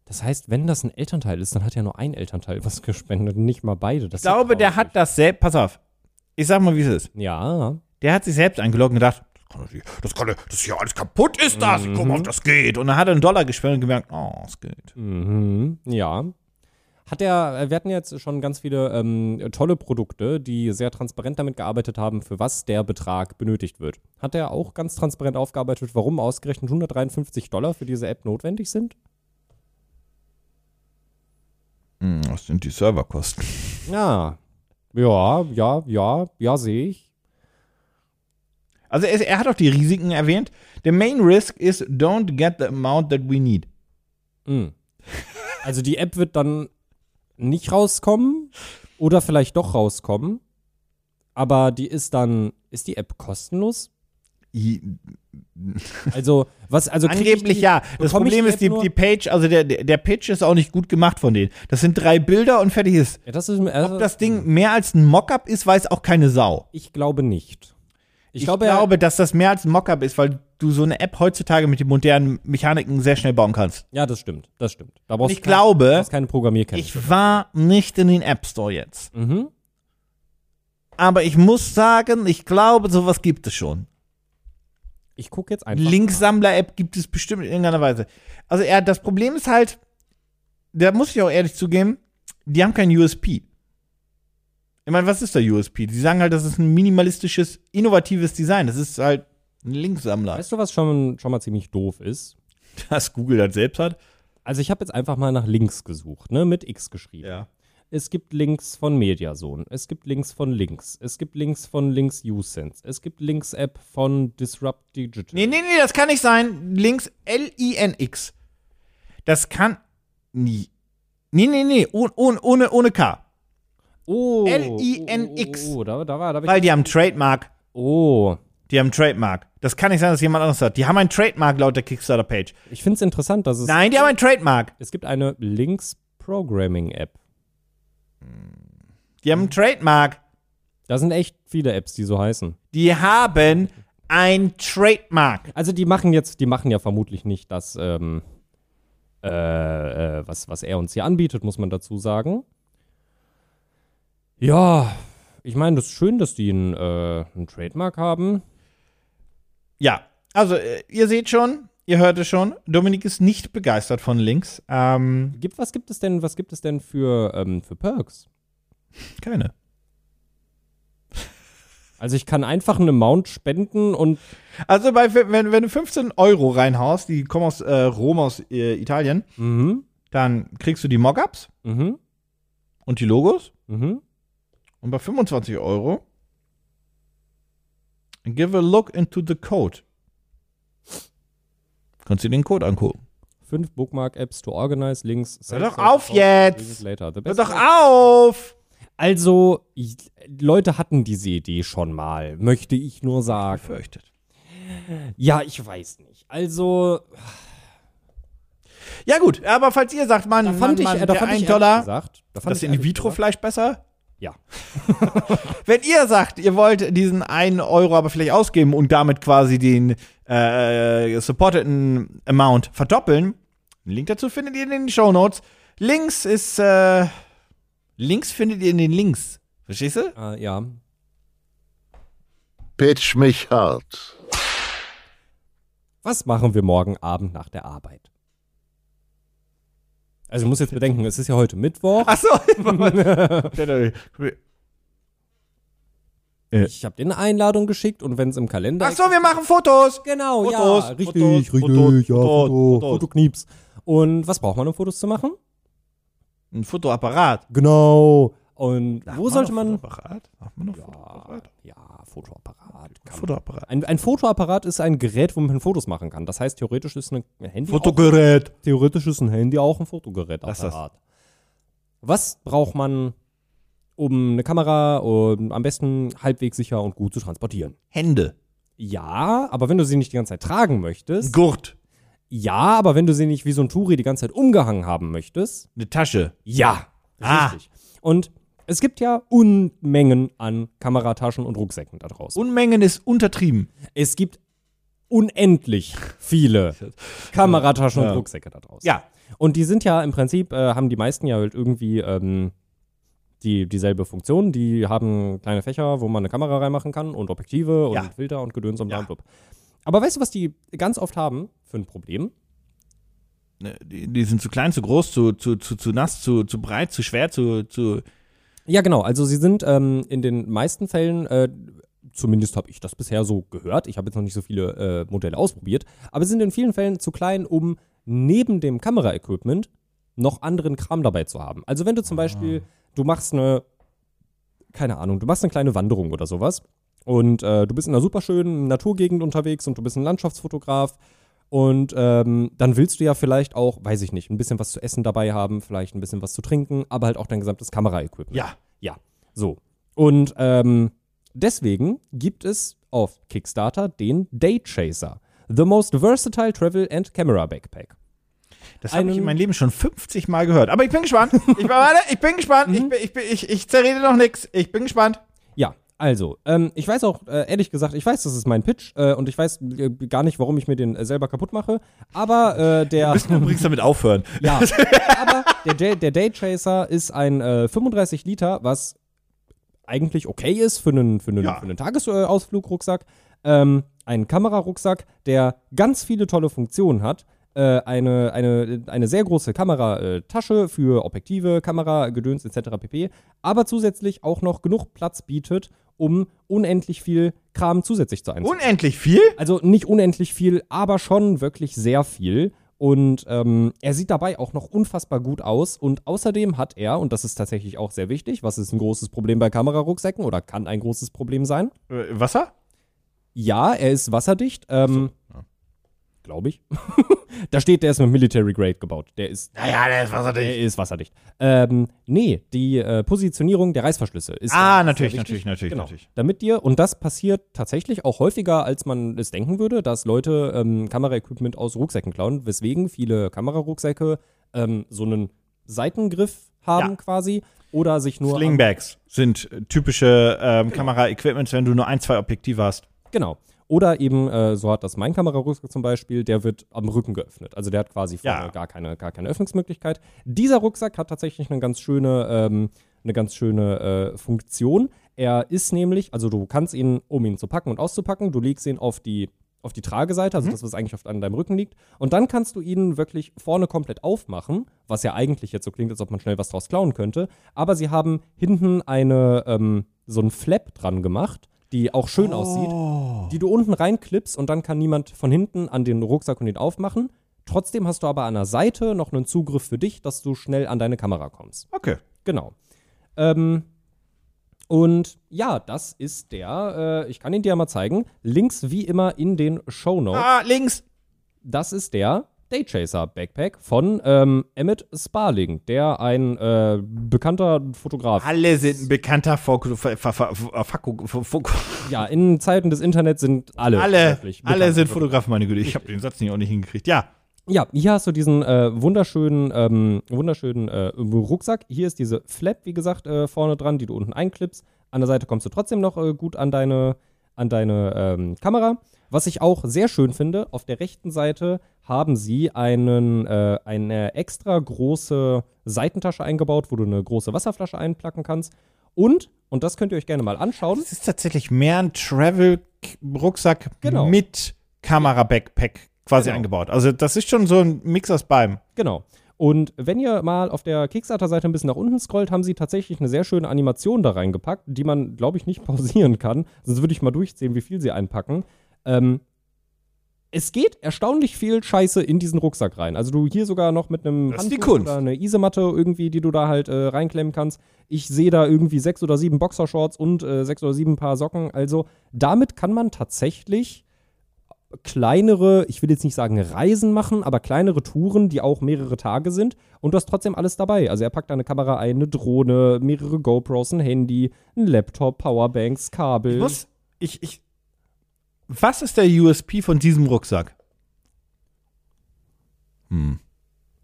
S3: Das heißt, wenn das ein Elternteil ist, dann hat ja nur ein Elternteil was gespendet und nicht mal beide. Das
S2: Ich
S3: ist ja
S2: glaube, der
S3: traurig.
S2: hat das selbst, pass auf, ich sag mal, wie es ist.
S3: Ja,
S2: Der hat sich selbst angelockt und gedacht, das kann doch nicht, das kann, doch- das ist ja alles kaputt, ist das, guck mal, ob das geht. Und dann hat er einen Dollar gespendet und gemerkt, oh, es geht.
S3: mhm, ja. Hat er, wir hatten jetzt schon ganz viele ähm, tolle Produkte, die sehr transparent damit gearbeitet haben, für was der Betrag benötigt wird. Hat er auch ganz transparent aufgearbeitet, warum ausgerechnet 153 Dollar für diese App notwendig sind?
S2: Hm, Das sind die Serverkosten.
S3: Ja. Ja, ja, ja, ja, sehe ich.
S2: Also er, er hat auch die Risiken erwähnt. The main risk is don't get the amount that we need.
S3: Mhm. Also die App wird dann nicht rauskommen oder vielleicht doch rauskommen. Aber die ist dann, ist die App kostenlos?
S2: I-
S3: Also, was, also krieg ich
S2: Angeblich
S3: die,
S2: ja. Das
S3: bekomm ich
S2: Problem ist, die,
S3: App nur-
S2: die Page, also der, der der Pitch ist auch nicht gut gemacht von denen. Das sind drei Bilder und fertig ist.
S3: Ja, das ist, also,
S2: Ob das Ding mehr als ein Mockup ist, weiß auch keine Sau.
S3: ich glaube nicht. Ich,
S2: Ich
S3: glaube,
S2: glaube,
S3: ja,
S2: dass das mehr als ein Mockup ist, weil du so eine App heutzutage mit den modernen Mechaniken sehr schnell bauen kannst.
S3: ja, das stimmt, das stimmt. Da brauchst
S2: Ich
S3: du kein-
S2: glaube,
S3: brauchst keine Programmierkenntnis.
S2: Ich war nicht in den App Store jetzt.
S3: Mhm.
S2: Aber ich muss sagen, ich glaube, sowas gibt es schon.
S3: Ich gucke jetzt einfach.
S2: Linksammler-App gibt es bestimmt in irgendeiner Weise. Also er, das Problem ist halt, da muss ich auch ehrlich zugeben, die haben kein USP. Ich meine, was ist der USP? Die sagen halt, das ist ein minimalistisches, innovatives Design. Das ist halt ein Linksammler.
S3: Weißt du, was schon, schon mal ziemlich doof ist?
S2: Dass Google das selbst hat?
S3: Also ich habe jetzt einfach mal nach Links gesucht, ne, mit X geschrieben.
S2: Ja.
S3: Es gibt Links von Mediazone, es gibt Links von Links, es gibt Links von Links Usense, es gibt Links App von Disrupt Digital.
S2: Nee, nee, nee, das kann nicht sein. Links L-I-N-X. Das kann nie. Nee, nee, nee, ohne, ohne, ohne, ohne K.
S3: Oh,
S2: L-I-N-X.
S3: Oh, oh, oh, da, da war, da war ich.
S2: Weil die haben Trademark.
S3: Oh,
S2: Die haben Trademark. Das kann nicht sein, dass jemand anderes hat. Die haben ein Trademark laut der Kickstarter-Page.
S3: ich finde es interessant, dass es
S2: Nein, die haben ein Trademark.
S3: es gibt eine Links Programming App.
S2: Die haben ein Trademark.
S3: Da sind echt viele Apps, die so heißen.
S2: Die haben ein Trademark.
S3: Also die machen jetzt, die machen ja vermutlich nicht das, ähm, äh, äh, was, was er uns hier anbietet, muss man dazu sagen. Ja, ich meine, das ist schön, dass die einen, äh, einen Trademark haben.
S2: Ja, also äh, ihr seht schon, ihr hört es schon, Dominik ist nicht begeistert von Links. Ähm,
S3: Gibt, was gibt es denn, was gibt es denn für, ähm, für Perks?
S2: keine.
S3: Also ich kann einfach einen Amount spenden und
S2: Also bei, wenn, wenn du 15 Euro reinhaust, die kommen aus äh, Rom, aus äh, Italien,
S3: mhm,
S2: dann kriegst du die Mockups
S3: mhm,
S2: und die Logos.
S3: mhm.
S2: Und bei 25 Euro give a look into the code. Kannst du dir den Code angucken.
S3: Fünf Bookmark-Apps to organize, links.
S2: Hör
S3: save,
S2: doch
S3: save,
S2: auf
S3: save,
S2: jetzt!
S3: save Later. The
S2: Hör
S3: best
S2: doch auf!
S3: Also, ich, Leute hatten diese Idee schon mal, möchte ich nur sagen.
S2: Fürchtet.
S3: Ja, ich weiß nicht. Also,
S2: Ja gut, aber falls ihr sagt, man,
S3: da
S2: man,
S3: fand ich,
S2: man,
S3: äh, da
S2: der
S3: fand ich
S2: 1
S3: ehrlich
S2: Dollar,
S3: gesagt, da fand
S2: das
S3: ich ehrlich gesagt-
S2: In-vitro-Fleisch besser,
S3: Ja.
S2: Wenn ihr sagt, ihr wollt diesen einen Euro aber vielleicht ausgeben und damit quasi den äh, supporteten Amount verdoppeln, einen Link dazu findet ihr in den Show Notes. Links ist äh, Links findet ihr in den Links. Verstehst du?
S3: Äh, ja.
S1: Pitch mich hart.
S3: Was machen wir morgen Abend nach der Arbeit? Also, ich muss jetzt bedenken, es ist ja heute Mittwoch.
S2: Achso.
S3: Ich habe dir eine Einladung geschickt und wenn es im Kalender.
S2: Achso, wir machen Fotos.
S3: Genau,
S2: Fotos,
S3: ja. Richtig,
S2: Fotos,
S3: richtig,
S2: Fotos,
S3: ja,
S2: Fotos,
S3: Foto,
S2: Fotos.
S3: Fotoknieps. Und was braucht man, um Fotos zu machen?
S2: Ein Fotoapparat.
S3: Genau. Und wo sollte man.
S2: Fotoapparat? Sagt man noch
S3: Ja,
S2: Fotoapparat?
S3: ja, Fotoapparat. Kann man.
S2: Fotoapparat.
S3: Ein, ein Fotoapparat ist ein Gerät, womit man Fotos machen kann. Das heißt, theoretisch ist ein Handy. auch,
S2: Fotogerät.
S3: theoretisch ist ein Handy auch ein Fotogerät.
S2: Lass das.
S3: Was braucht man, um eine Kamera um, am besten halbwegs sicher und gut zu transportieren?
S2: Hände.
S3: Ja, aber wenn du sie nicht die ganze Zeit tragen möchtest.
S2: Ein Gurt.
S3: ja, aber wenn du sie nicht wie so ein Touri die ganze Zeit umgehangen haben möchtest.
S2: Eine Tasche.
S3: Ja,
S2: Ah.
S3: richtig. Und es gibt ja Unmengen an Kamerataschen und Rucksäcken da draußen.
S2: Unmengen ist untertrieben.
S3: es gibt unendlich viele Kamerataschen
S2: Ja.
S3: und Rucksäcke da draußen.
S2: Ja.
S3: Und die sind ja im Prinzip, äh, haben die meisten ja halt irgendwie ähm, die, dieselbe Funktion. Die haben kleine Fächer, wo man eine Kamera reinmachen kann und Objektive und
S2: Ja.
S3: Filter und Gedöns und bla
S2: Ja.
S3: und blub. Aber weißt du, was die ganz oft haben für ein Problem?
S2: Ne, die, die sind zu klein, zu groß, zu, zu, zu, zu nass, zu, zu breit, zu schwer, zu, zu.
S3: Ja, genau. Also sie sind ähm, in den meisten Fällen, äh, zumindest habe ich das bisher so gehört, ich habe jetzt noch nicht so viele äh, Modelle ausprobiert, aber sie sind in vielen Fällen zu klein, um neben dem Kameraequipment noch anderen Kram dabei zu haben. Also wenn du zum Beispiel, du machst eine, keine Ahnung, du machst eine kleine Wanderung oder sowas und äh, du bist in einer superschönen Naturgegend unterwegs und du bist ein Landschaftsfotograf und ähm, dann willst du ja vielleicht auch, weiß ich nicht, ein bisschen was zu essen dabei haben, vielleicht ein bisschen was zu trinken, aber halt auch dein gesamtes Kameraequipment.
S2: Ja.
S3: Ja, so. Und ähm, deswegen gibt es auf Kickstarter den Daychaser. The most versatile travel and camera backpack.
S2: Das habe ich
S3: Einen-
S2: in meinem Leben schon 50 Mal gehört. Aber ich bin gespannt. Ich bin, warte, ich bin gespannt. Ich, bin, ich, bin, ich, ich zerrede noch nichts. Ich bin gespannt.
S3: Ja, also, ähm, ich weiß auch, äh, ehrlich gesagt, ich weiß, das ist mein Pitch äh, und ich weiß äh, gar nicht, warum ich mir den äh, selber kaputt mache, aber äh, der.
S2: übrigens damit aufhören.
S3: Ja, aber der, Day- der Daychaser ist ein äh, 35 Liter, was eigentlich okay ist für einen, für einen,
S2: Ja.
S3: für einen Tagesausflugrucksack. Ähm, ein Kamerarucksack, der ganz viele tolle Funktionen hat. Äh, eine, eine, eine sehr große Kameratasche für Objektive, Kamera, Gedöns etc. pp. Aber zusätzlich auch noch genug Platz bietet, um unendlich viel Kram zusätzlich zu einzubauen.
S2: Unendlich viel?
S3: Also nicht unendlich viel, aber schon wirklich sehr viel. Und ähm, er sieht dabei auch noch unfassbar gut aus. Und außerdem hat er, und das ist tatsächlich auch sehr wichtig, was ist ein großes Problem bei Kamerarucksäcken oder kann ein großes Problem sein?
S2: Äh, Wasser?
S3: Ja, er ist wasserdicht. Ähm, Glaube ich. da steht, der ist mit Military Grade gebaut. Der ist
S2: Naja, der ist wasserdicht.
S3: der Äh, ist wasserdicht. Ähm, nee, die äh, Positionierung der Reißverschlüsse ist.
S2: Ah,
S3: ja
S2: natürlich,
S3: sehr
S2: natürlich,
S3: wichtig.
S2: natürlich,
S3: genau.
S2: natürlich.
S3: Damit dir, und das passiert tatsächlich auch häufiger, als man es denken würde, dass Leute ähm, Kameraequipment aus Rucksäcken klauen, weswegen viele Kamerarucksäcke ähm, so einen Seitengriff haben
S2: Ja.
S3: quasi oder sich nur. am-
S2: Slingbags Äh, sind äh, typische ähm, Kamera-Equipments, wenn du nur ein, zwei Objektive hast.
S3: Genau. Oder eben, äh, so hat das mein Kamerarucksack zum Beispiel, der wird am Rücken geöffnet. Also der hat quasi vorne
S2: Ja.
S3: gar, keine, gar keine Öffnungsmöglichkeit. Dieser Rucksack hat tatsächlich eine ganz schöne, ähm, eine ganz schöne äh, Funktion. Er ist nämlich, also du kannst ihn, um ihn zu packen und auszupacken, du legst ihn auf die auf die Trageseite, also das, was eigentlich oft an deinem Rücken liegt. Und dann kannst du ihn wirklich vorne komplett aufmachen, was ja eigentlich jetzt so klingt, als ob man schnell was draus klauen könnte. Aber sie haben hinten eine, ähm, so ein Flap dran gemacht, die auch schön aussieht, die du unten reinklippst und dann kann niemand von hinten an den Rucksack und ihn aufmachen. Trotzdem hast du aber an der Seite noch einen Zugriff für dich, dass du schnell an deine Kamera kommst.
S2: Okay.
S3: Genau. Ähm, und ja, das ist der, äh, ich kann ihn dir mal zeigen, links wie immer in den Shownotes.
S2: Ah, links.
S3: Das ist der Daychaser Backpack von ähm, Emmett Sparling, der ein äh, bekannter Fotograf.
S2: Alle sind ein bekannter Fok- Fa- Fa- Fa- Fak- Fok-
S3: Ja, in Zeiten des Internets sind alle.
S2: Alle,
S3: wirklich
S2: alle
S3: bekannte
S2: sind Fotograf, meine Güte. Ich habe den Satz nicht auch nicht hingekriegt. Ja.
S3: Ja, hier hast du diesen äh, wunderschönen, ähm, wunderschönen äh, Rucksack. Hier ist diese Flap, wie gesagt, äh, vorne dran, die du unten einklippst. An der Seite kommst du trotzdem noch äh, gut an deine, an deine ähm, Kamera. Was ich auch sehr schön finde, auf der rechten Seite haben sie einen, äh, eine extra große Seitentasche eingebaut, wo du eine große Wasserflasche einplacken kannst. Und, und das könnt ihr euch gerne mal anschauen,
S2: Es ist tatsächlich mehr ein Travel-Rucksack
S3: Genau.
S2: mit Kamera-Backpack quasi
S3: Genau.
S2: eingebaut. Also, das ist schon so ein Mix aus beidem.
S3: Genau. Und wenn ihr mal auf der Kickstarter-Seite ein bisschen nach unten scrollt, haben sie tatsächlich eine sehr schöne Animation da reingepackt, die man, glaube ich, nicht pausieren kann. Sonst würde ich mal durchsehen, wie viel sie einpacken. Ähm, es geht erstaunlich viel Scheiße in diesen Rucksack rein. Also du hier sogar noch mit einem
S2: Das ist die
S3: Handtuch
S2: Kunst.
S3: oder eine Isematte irgendwie, die du da halt äh, reinklemmen kannst. Ich sehe da irgendwie sechs oder sieben Boxershorts und äh, sechs oder sieben Paar Socken. Also damit kann man tatsächlich kleinere, ich will jetzt nicht sagen Reisen machen, aber kleinere Touren, die auch mehrere Tage sind. Und du hast trotzdem alles dabei. Also er packt da eine Kamera ein, eine Drohne, mehrere GoPros, ein Handy, ein Laptop, Powerbanks, Kabel.
S2: Ich muss, ich, ich, was ist der USP von diesem Rucksack?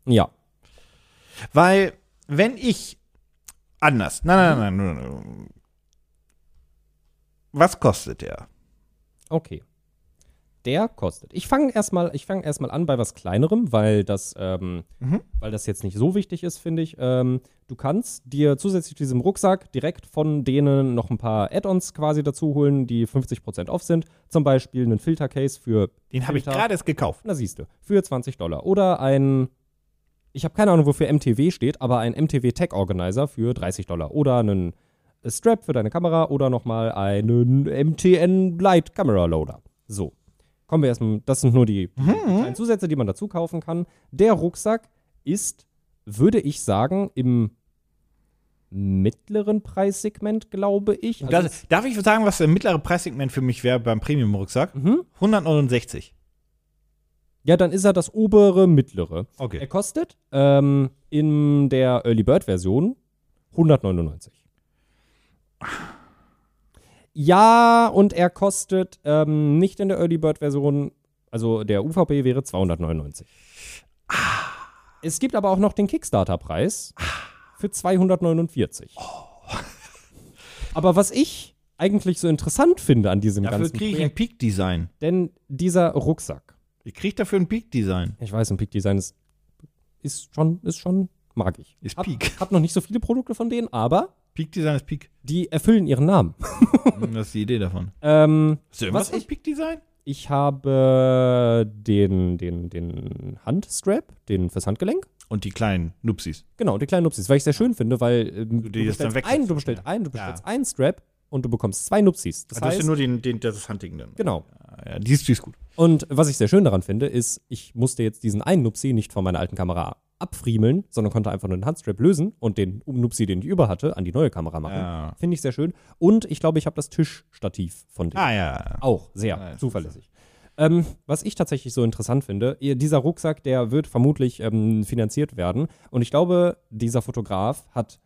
S3: ja.
S2: Weil, wenn ich anders, nein, nein, nein, nein, nein, nein. was kostet der?
S3: Okay. Der kostet. Ich fange erstmal ich fang erstmal an bei was kleinerem, weil das, ähm,
S2: Mhm.
S3: weil das jetzt nicht so wichtig ist, finde ich. Ähm, du kannst dir zusätzlich zu diesem Rucksack direkt von denen noch ein paar Add-ons quasi dazu holen, die 50% off sind. Zum Beispiel einen Filtercase für.
S2: Den habe ich
S3: Filter-
S2: gerade erst gekauft.
S3: Na siehst du, für 20 Dollar. Oder ein, ich habe keine Ahnung, wofür MTW steht, aber ein MTW Tech Organizer für 30 Dollar. Oder einen Strap für deine Kamera oder nochmal einen MTN Light Camera Loader. So, kommen wir erstmal, das sind nur die, die kleinen Zusätze, die man dazu kaufen kann. Der Rucksack ist, würde ich sagen, im mittleren Preissegment, glaube ich. Also es-
S2: Das, darf ich sagen, was der mittlere Preissegment für mich wäre beim Premium-Rucksack? 169.
S3: mhm. Ja, dann ist er das obere mittlere.
S2: Okay.
S3: Er kostet ähm, in der Early Bird Version 199. Ja, und er kostet ähm, nicht in der Early Bird Version, also der UVP wäre 299.
S2: Ah.
S3: Es gibt aber auch noch den Kickstarter-Preis für 249.
S2: Oh.
S3: Aber was ich eigentlich so interessant finde an diesem
S2: Dafür
S3: ganzen
S2: kriege ich ein
S3: Projekt,
S2: Peak-Design.
S3: denn dieser Rucksack,
S2: Ich kriege dafür ein Peak-Design.
S3: ich weiß, ein Peak Design ist, ist schon, ist schon, mag ich.
S2: Ist
S3: hab,
S2: Peak.
S3: Hab noch nicht so viele Produkte von denen, aber
S2: Peak-Design ist Peak. Hm,
S3: die erfüllen ihren Namen.
S2: das ist die Idee davon.
S3: Ähm,
S2: Hast du irgendwas
S3: Was
S2: mit Peak-Design?
S3: ich habe den, den, den Handstrap, den fürs Handgelenk.
S2: Und die kleinen Nupsis.
S3: Genau, die kleinen Nupsis, weil ich sehr schön finde, weil ähm, du,
S2: die das dann
S3: bestellst
S2: wechselst.
S3: einen, du bestellst einen, du
S2: Ja. Also
S3: bestellst einen Strap und du bekommst zwei Nupsis. Das heißt,
S2: nur den, den, das Hunting dann.
S3: genau.
S2: Ja, die ist, die ist gut.
S3: Und was ich sehr schön daran finde, ist, ich musste jetzt diesen einen Nupsi nicht von meiner alten Kamera abfriemeln, sondern konnte einfach nur den Handstrap lösen und den Nupsi, den ich über hatte, an die neue Kamera machen.
S2: Ja.
S3: Finde ich sehr schön. Und ich glaube, ich habe das Tischstativ von dem.
S2: Ah, ja.
S3: Auch sehr
S2: Ah, ja, das
S3: zuverlässig. Ähm, was ich tatsächlich so interessant finde, ihr- dieser Rucksack, der wird vermutlich ähm, finanziert werden. Und ich glaube, dieser Fotograf hat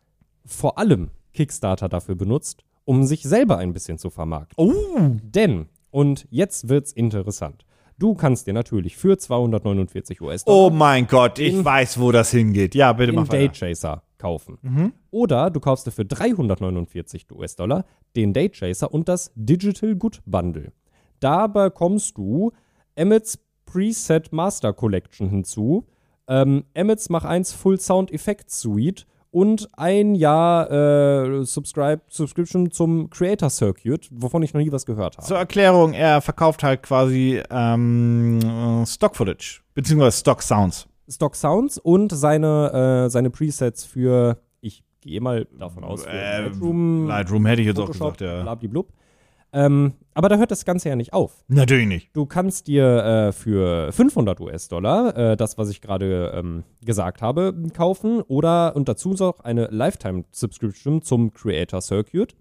S3: vor allem Kickstarter dafür benutzt, um sich selber ein bisschen zu vermarkten.
S2: Oh,
S3: Denn, und jetzt wird's interessant, du kannst dir natürlich für 249 US-Dollar
S2: oh mein Gott, ich weiß, wo das hingeht. Ja, bitte
S3: den
S2: mach weiter.
S3: Daychaser kaufen. Oder du kaufst dir für 349 US-Dollar den Daychaser und das Digital Good Bundle. Da bekommst du Emmett's Preset Master Collection hinzu, ähm, Emmett's Mach 1 Full Sound Effect Suite und ein Jahr äh, Subscribe, Subscription zum Creator Circuit, wovon ich noch nie was gehört habe.
S2: Zur Erklärung, er verkauft halt quasi ähm, Stock-Footage, beziehungsweise Stock-Sounds.
S3: Stock Sounds und seine, äh, seine Presets für, ich gehe mal davon aus, für
S2: Ähm,
S3: Lightroom,
S2: Lightroom hätte ich jetzt auch
S3: Photoshop,
S2: gesagt, ja.
S3: blablablub. Ähm, aber da hört das Ganze ja nicht auf.
S2: Natürlich nicht.
S3: Du kannst dir äh, für 500 US-Dollar äh, das, was ich gerade ähm, gesagt habe, kaufen oder und dazu noch eine Lifetime-Subscription zum Creator Circuit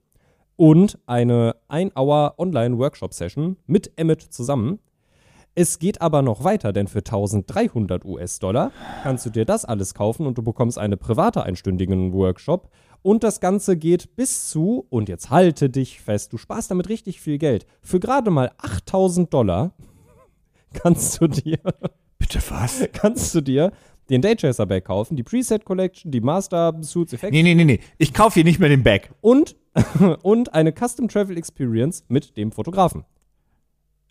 S3: und eine 1-Hour-Online-Workshop-Session mit Emmet zusammen. Es geht aber noch weiter, denn für 1300 US-Dollar kannst du dir das alles kaufen und du bekommst einen private einstündigen Workshop. Und das Ganze geht bis zu, und jetzt halte dich fest, du sparst damit richtig viel Geld. Für gerade mal 8000 Dollar kannst du dir,
S2: Bitte was?
S3: kannst du dir den Daychaser Bag kaufen, die Preset Collection, die Master Suits Effects
S2: Nee, nee, nee, nee. Ich kaufe hier nicht mehr den Bag.
S3: und, und eine Custom Travel Experience mit dem Fotografen.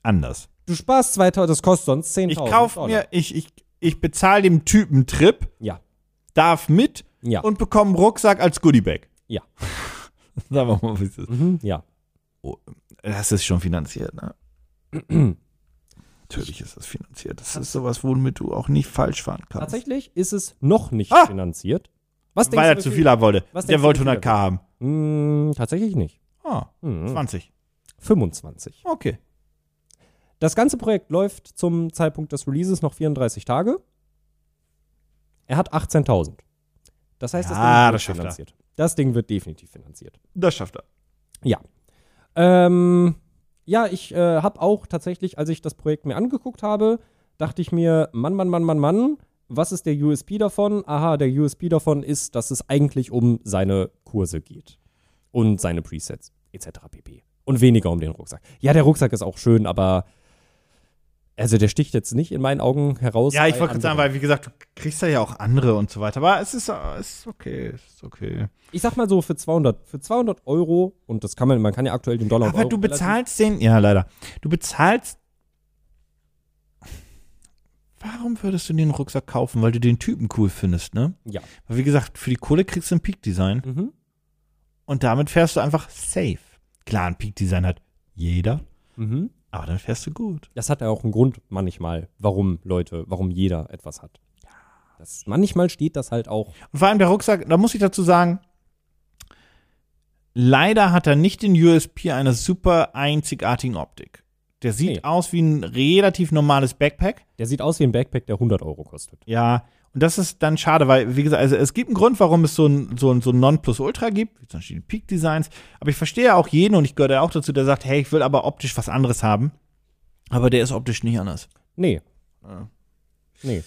S2: Anders.
S3: Du sparst 2000, das kostet sonst 10.000
S2: Ich kaufe
S3: Dollar.
S2: mir, ich, ich, ich bezahle dem Typen Trip,
S3: Ja,
S2: darf mit
S3: Ja.
S2: und bekomme einen Rucksack als Goodiebag.
S3: Ja.
S2: Sagen wir mal, wie es ist.
S3: mhm, ja.
S2: Das ist schon finanziert, ne? Natürlich ist das finanziert. Das ist sowas, womit du auch nicht falsch fahren kannst.
S3: Tatsächlich ist es noch nicht
S2: Ah!
S3: finanziert. Was
S2: Weil er
S3: wie
S2: zu
S3: viel-
S2: viel haben wollte.
S3: was
S2: Der
S3: denkst
S2: wollte
S3: du, wie
S2: 100k
S3: viel
S2: haben.
S3: Hm, tatsächlich nicht.
S2: Ah,
S3: Hm,
S2: 20.
S3: 25.
S2: Okay.
S3: Das ganze Projekt läuft zum Zeitpunkt des Releases noch 34 Tage. Er hat 18.000. Das heißt,
S2: Ja, das
S3: das Ding
S2: schafft
S3: wird
S2: er.
S3: finanziert. Das Ding wird definitiv finanziert.
S2: Das schafft er.
S3: Ja. Ähm, ja, ich äh, habe auch tatsächlich, als ich das Projekt mir angeguckt habe, dachte ich mir, Mann, Mann, Mann, Mann, Mann, was ist der USP davon? Aha, der USP davon ist, dass es eigentlich um seine Kurse geht und seine Presets etc. pp. Und weniger um den Rucksack. Ja, der Rucksack ist auch schön, aber also der sticht jetzt nicht in meinen Augen heraus.
S2: Ja, ich
S3: bei
S2: wollte gerade sagen,
S3: anderen.
S2: weil, wie gesagt, du kriegst da ja auch andere und so weiter. Aber es ist, äh, es ist okay. Es ist okay.
S3: ich sag mal so für 200, für 200 Euro und das kann man, man kann ja aktuell den Dollar. und
S2: Aber
S3: Euro
S2: du
S3: relativ-
S2: bezahlst den. Ja, leider. Du bezahlst. Warum würdest du den Rucksack kaufen? Weil du den Typen cool findest, ne?
S3: Ja.
S2: Weil, wie gesagt, für die Kohle kriegst du ein Peak-Design.
S3: Mhm.
S2: Und damit fährst du einfach safe. Klar, ein Peak-Design hat jeder,
S3: Mhm.
S2: aber dann fährst du gut.
S3: Das hat ja auch einen Grund manchmal, warum Leute, warum jeder etwas hat. Das, manchmal steht das halt auch.
S2: Und vor allem der Rucksack, da muss ich dazu sagen, leider hat er nicht den USP einer super einzigartigen Optik. Der sieht
S3: Nee.
S2: aus wie ein relativ normales Backpack.
S3: Der sieht aus wie ein Backpack, der 100 Euro kostet.
S2: Ja, und das ist dann schade, weil, wie gesagt, also es gibt einen Grund, warum es so ein, so ein, so ein Nonplusultra gibt, wie zum Beispiel die Peak Designs. Aber ich verstehe ja auch jeden und ich gehöre ja auch dazu, der sagt, hey, ich will aber optisch was anderes haben. Aber der ist optisch nicht anders.
S3: Nee. Nee.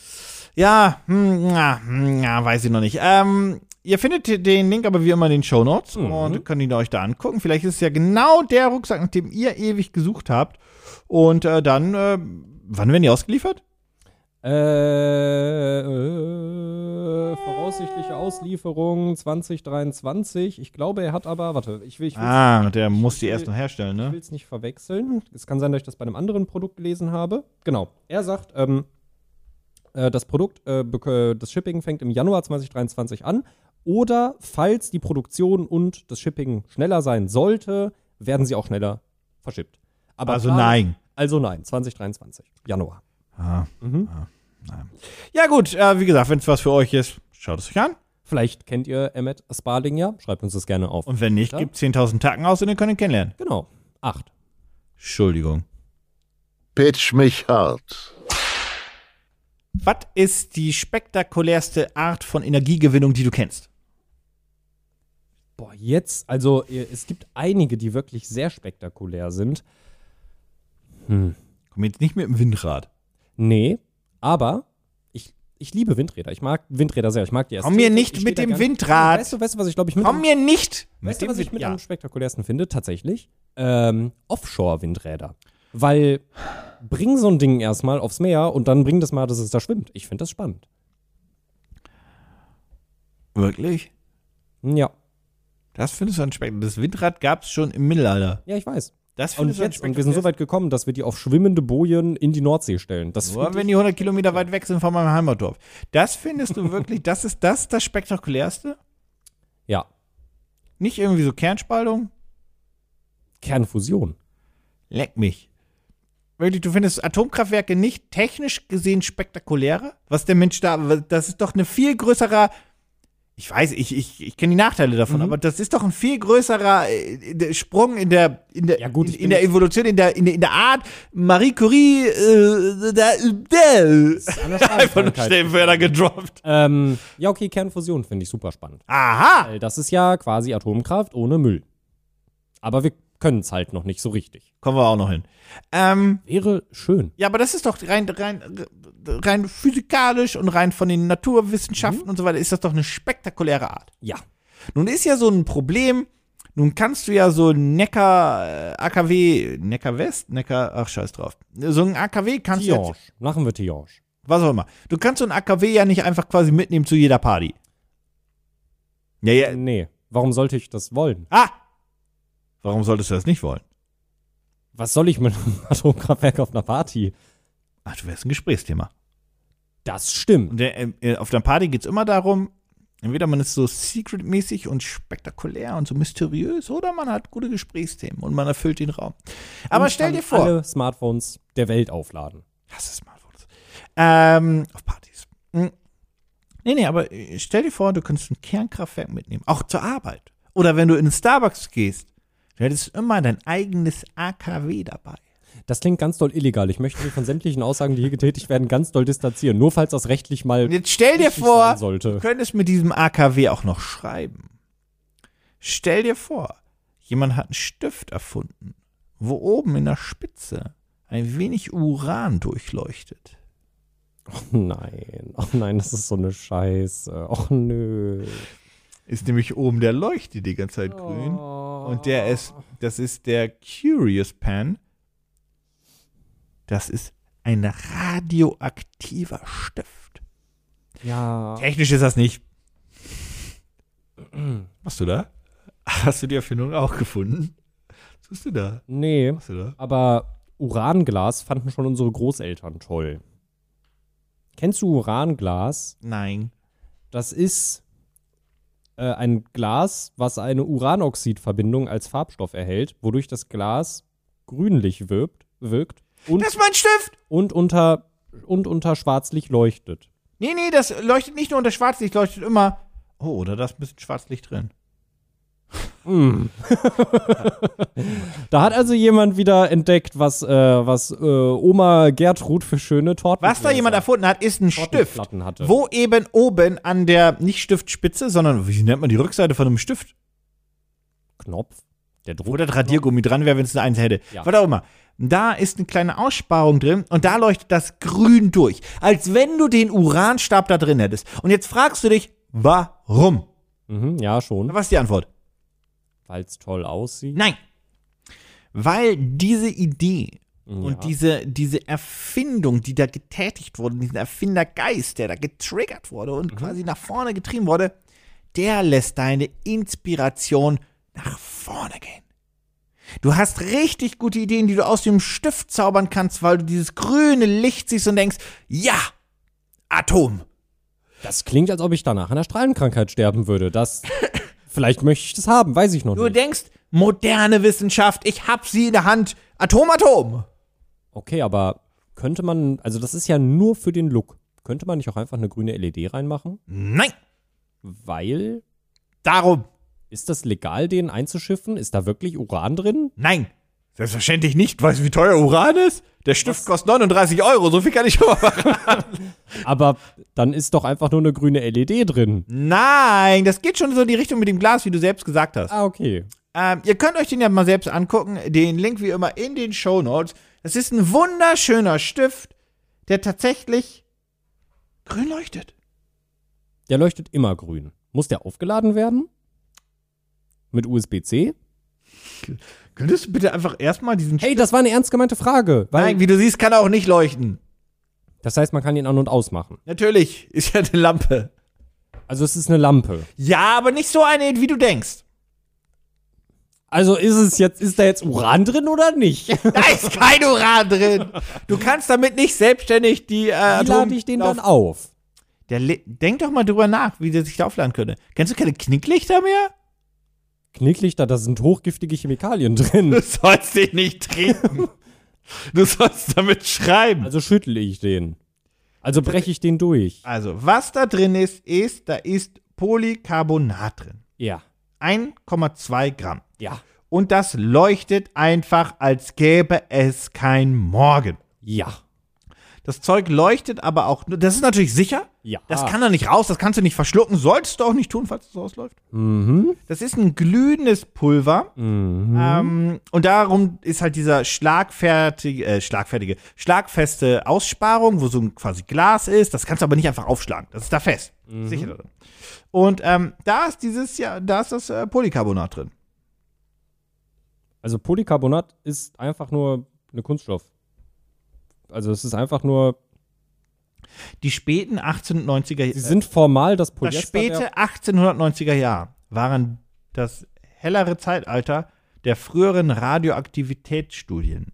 S2: Ja, hm, na, hm, na, weiß ich noch nicht. Ähm, ihr findet den Link aber wie immer in den Show Notes und könnt ihn euch da angucken. Vielleicht ist es ja genau der Rucksack, nach dem ihr ewig gesucht habt. Und äh, dann, äh, wann werden die ausgeliefert?
S3: Äh, äh, voraussichtliche Auslieferung 2023. Ich glaube, er hat aber, warte, ich will ich will's-
S2: Ah, der muss die
S3: will-
S2: erst noch herstellen,
S3: ich
S2: ne?
S3: will's nicht verwechseln. Es kann sein, dass ich das bei einem anderen Produkt gelesen habe. Genau. Er sagt, ähm, äh, das Produkt, äh, bek- äh, das Shipping fängt im Januar 2023 an. Oder falls die Produktion und das Shipping schneller sein sollte, werden sie auch schneller verschippt. Aber
S2: Also
S3: klar-
S2: nein.
S3: Also nein, 2023, Januar.
S2: Ah, ah, nein. Ja, gut, äh, wie gesagt, wenn es was für euch ist, schaut es euch an.
S3: Vielleicht kennt ihr Emmet Sparling ja. Schreibt uns das gerne auf.
S2: Und wenn nicht,
S3: Twitter.
S2: gibt 10.000 Tacken aus und ihr könnt ihn kennenlernen.
S3: Genau. Acht.
S2: Entschuldigung.
S1: Pitch mich hart.
S2: Was ist die spektakulärste Art von Energiegewinnung, die du kennst?
S3: Boah, jetzt, also äh, es gibt einige, die wirklich sehr spektakulär sind.
S2: Komm jetzt nicht mit dem Windrad.
S3: Nee, aber ich, ich liebe Windräder. Ich mag Windräder sehr. Ich mag die
S2: Komm mir
S3: Ästhetik.
S2: nicht
S3: Ich steh
S2: mit
S3: da
S2: dem
S3: gern-
S2: Windrad.
S3: Weißt du, weißt du, was ich glaube ich mit
S2: Komm mir nicht!
S3: weißt
S2: mit
S3: du, was
S2: dem
S3: ich mit
S2: Wind-
S3: am spektakulärsten finde, tatsächlich? Ähm, Offshore-Windräder. Weil bring so ein Ding erstmal aufs Meer und dann bring das mal, dass es da schwimmt. Ich finde das spannend.
S2: ja. Wirklich?
S3: Hm, Ja,
S2: Das findest du ein Spektakel. Das Windrad gab es schon im Mittelalter.
S3: ja, ich weiß.
S2: Das
S3: Und,
S2: findest du ein
S3: jetzt, und wir sind so
S2: spektakulärsten-
S3: weit gekommen, dass wir die auf schwimmende Bojen in die Nordsee stellen. Das
S2: Nur
S3: find
S2: wenn die 100 Kilometer weit weg sind von meinem Heimatdorf. Das findest du wirklich, das ist das das spektakulärste?
S3: ich- ja,
S2: Nicht irgendwie so Kernspaltung?
S3: Kernfusion.
S2: Leck mich. Wirklich, du findest Atomkraftwerke nicht technisch gesehen spektakulärer? Was der Mensch da, das ist doch eine viel größere ich weiß, ich, ich, ich kenne die Nachteile davon, aber das ist doch ein viel größerer äh, der Sprung in der, in der,
S3: Ja, gut,
S2: in,
S3: ich
S2: in
S3: bin
S2: der
S3: jetzt-
S2: Evolution, in der, in, der- in der Art. Marie Curie, äh, da, äh, einfach nur Stellenwörter gedroppt.
S3: Ähm, ja, okay, Kernfusion finde ich super spannend.
S2: Aha!
S3: Weil das ist ja quasi Atomkraft ohne Müll. Aber wir können es halt noch nicht so richtig.
S2: Kommen wir auch noch hin. Ähm,
S3: Wäre schön.
S2: ja, aber das ist doch rein, rein, rein physikalisch und rein von den Naturwissenschaften und so weiter, ist das doch eine spektakuläre Art.
S3: Ja.
S2: Nun ist ja so ein Problem, nun kannst du ja so Neckar, äh, AKW, Neckar West, Neckar, ach scheiß drauf. So ein AKW kannst du
S3: Tiange.
S2: jetzt,
S3: Machen wir Tiange.
S2: was auch immer. Du kannst so ein AKW ja nicht einfach quasi mitnehmen zu jeder Party. Ja, ja.
S3: Nee. Warum sollte ich das wollen?
S2: Ah! Warum solltest du das nicht wollen?
S3: Was soll ich mit einem Atomkraftwerk auf einer Party?
S2: Ach, du wärst ein Gesprächsthema.
S3: Das stimmt.
S2: Und der, äh, auf der Party geht's immer darum, entweder man ist so secret-mäßig und spektakulär und so mysteriös oder man hat gute Gesprächsthemen und man erfüllt den Raum. Aber
S3: Und
S2: stell
S3: dann
S2: dir vor,
S3: Alle Smartphones der Welt aufladen.
S2: Lass es mal. Fotos. Ähm, auf Partys. Hm. Nee, nee, aber äh, stell dir vor, du könntest ein Kernkraftwerk mitnehmen. Auch zur Arbeit. Oder wenn du in den Starbucks gehst, du hättest immer dein eigenes AKW dabei.
S3: Das klingt ganz doll illegal. Ich möchte mich von sämtlichen Aussagen, die hier getätigt werden, ganz doll distanzieren. Nur falls das rechtlich mal.
S2: Und jetzt stell dir
S3: richtig
S2: vor,
S3: sein sollte.
S2: du könntest mit diesem AKW auch noch schreiben. Stell dir vor, jemand hat einen Stift erfunden, wo oben in der Spitze ein wenig Uran durchleuchtet.
S3: Nein. Oh nein, das ist so eine Scheiße. Och nö.
S2: Ist nämlich oben der leuchtet die ganze Zeit grün. Und der ist, das ist der Curious Pan. Das ist ein radioaktiver Stift.
S3: Ja.
S2: Technisch ist das nicht. Machst Mhm. du da? Hast du die Erfindung auch gefunden? Was bist du da?
S3: Nee.
S2: Was du da?
S3: Aber Uranglas fanden schon unsere Großeltern toll. Kennst du Uranglas?
S2: Nein.
S3: Das ist äh, ein Glas, was eine Uranoxidverbindung als Farbstoff erhält, wodurch das Glas grünlich wirbt, wirkt und,
S2: Das ist mein Stift!
S3: und, unter, und unter Schwarzlicht leuchtet.
S2: Nee, nee, das leuchtet nicht nur unter Schwarzlicht, leuchtet immer. Oh, oder da ist ein bisschen Schwarzlicht drin.
S3: Da hat also jemand wieder entdeckt, was, äh, was äh, Oma Gertrud für schöne Torten.
S2: Was da jemand erfunden hat, ist ein Stift,
S3: Tortenplatten hatte.
S2: wo eben oben an der, nicht Stiftspitze, sondern wie nennt man die Rückseite von einem Stift?
S3: Knopf. Der Druck.
S2: wo das Radiergummi dran wäre, wenn es eine Eins hätte.
S3: Ja.
S2: Was auch immer. Da ist eine kleine Aussparung drin und da leuchtet das grün durch. Als wenn du den Uranstab da drin hättest. Und jetzt fragst du dich, warum?
S3: Mhm, ja, schon.
S2: Was ist die Antwort?
S3: Weil es toll aussieht.
S2: Nein. Weil diese Idee
S3: Ja.
S2: und diese, diese Erfindung, die da getätigt wurde, diesen Erfindergeist, der da getriggert wurde und quasi nach vorne getrieben wurde, der lässt deine Inspiration nach vorne gehen. Du hast richtig gute Ideen, die du aus dem Stift zaubern kannst, weil du dieses grüne Licht siehst und denkst, ja, Atom.
S3: Das klingt, als ob ich danach an einer Strahlenkrankheit sterben würde. Das. Vielleicht möchte ich das haben, weiß ich noch
S2: Du
S3: nicht.
S2: denkst, moderne Wissenschaft, ich hab sie in der Hand. Atom, Atom.
S3: Okay, aber könnte man. Also, das ist ja nur für den Look. Könnte man nicht auch einfach eine grüne LED reinmachen?
S2: Nein,
S3: Weil.
S2: darum,
S3: Ist das legal, den einzuschiffen? Ist da wirklich Uran drin?
S2: nein. Selbstverständlich nicht. Weißt du, wie teuer Uran ist? Der Stift kostet 39 Euro, so viel kann ich schon mal machen.
S3: Aber dann ist doch einfach nur eine grüne LED drin.
S2: Nein, das geht schon so in die Richtung mit dem Glas, wie du selbst gesagt hast.
S3: Ah, okay.
S2: Ähm, ihr könnt euch den ja mal selbst angucken. Den Link wie immer in den Show Notes. Das ist ein wunderschöner Stift, der tatsächlich grün leuchtet.
S3: Der leuchtet immer grün. Muss der aufgeladen werden? Mit USB-C?
S2: Könntest du bitte einfach erstmal diesen
S3: Hey, das war eine ernst gemeinte Frage. Weil,
S2: Nein, wie du siehst, kann er auch nicht leuchten.
S3: das heißt, man kann ihn an- und ausmachen.
S2: Natürlich, ist ja eine Lampe.
S3: Also es ist eine Lampe.
S2: Ja, aber nicht so eine, wie du denkst.
S3: Also ist es jetzt, ist da jetzt Uran drin oder nicht? Wie
S2: Da ist kein Uran drin. Du kannst damit nicht selbstständig die äh, Atom
S3: lade ich den dann auf?
S2: Der Le- Denk doch mal drüber nach, wie der sich da aufladen könnte. Kennst du keine Knicklichter mehr?
S3: Knicklichter, da sind hochgiftige Chemikalien drin.
S2: sollst den nicht trinken. du sollst damit schreiben.
S3: Also schüttle ich den. Also breche ich den durch.
S2: Also, was da drin ist, ist, da ist Polycarbonat drin.
S3: Ja.
S2: 1,2 Gramm.
S3: Ja.
S2: Und das leuchtet einfach, als gäbe es kein Morgen.
S3: Ja.
S2: Das Zeug leuchtet aber auch nur. Das ist natürlich sicher.
S3: Ja.
S2: Das kann da nicht raus, das kannst du nicht verschlucken. Solltest du auch nicht tun, falls es rausläuft.
S3: Mhm.
S2: Das ist ein glühendes Pulver.
S3: Mhm.
S2: Ähm, und darum ist halt dieser schlagfertige, äh, schlagfertige, schlagfeste Aussparung, wo so ein quasi Glas ist. Das kannst du aber nicht einfach aufschlagen. Das ist da fest. Sicher drin. Und ähm, da ist dieses ja, da ist das äh, Polycarbonat drin.
S3: Also Polycarbonat ist einfach nur eine Kunststoff. Also es ist einfach nur,
S2: Die späten 1890er
S3: sie sind formal das
S2: Äh, Das
S3: Polyester. der-
S2: späte 1890er Jahr waren das hellere Zeitalter der früheren Radioaktivitätsstudien.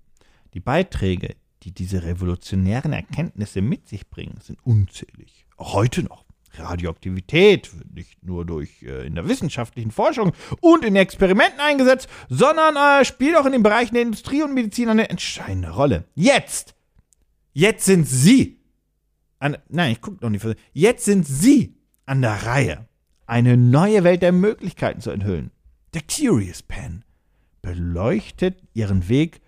S2: Die Beiträge, die diese revolutionären Erkenntnisse mit sich bringen, sind unzählig. Auch heute noch. Radioaktivität wird nicht nur durch äh, in der wissenschaftlichen Forschung und in Experimenten eingesetzt, sondern äh, spielt auch in den Bereichen der Industrie und Medizin eine entscheidende Rolle. Jetzt, jetzt sind Sie an, nein, ich gucke noch nicht. Jetzt sind Sie an der Reihe, eine neue Welt der Möglichkeiten zu enthüllen. Der Curious Pen beleuchtet Ihren Weg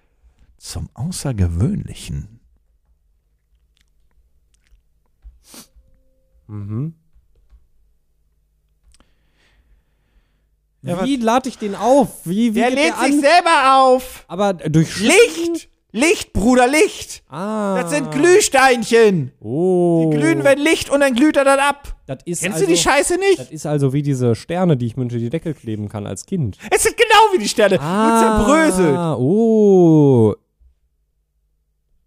S2: zum Außergewöhnlichen.
S3: Mhm.
S2: Ja, aber-
S3: wie lade ich den auf? Wie, wie
S2: Der
S3: geht
S2: lädt
S3: an?
S2: sich selber auf.
S3: Aber durch Schütteln?
S2: Licht! Licht, Bruder, Licht!
S3: Ah.
S2: Das sind Glühsteinchen. Die
S3: Oh.
S2: glühen, wenn Licht und dann glüht er dann ab.
S3: Das ist
S2: Kennst
S3: also,
S2: du die Scheiße
S3: Das
S2: nicht?
S3: ist also wie diese Sterne, die ich mir unter die Decke kleben kann als Kind.
S2: Es sind genau wie die Sterne.
S3: Ah.
S2: Nur zerbröselt.
S3: Oh.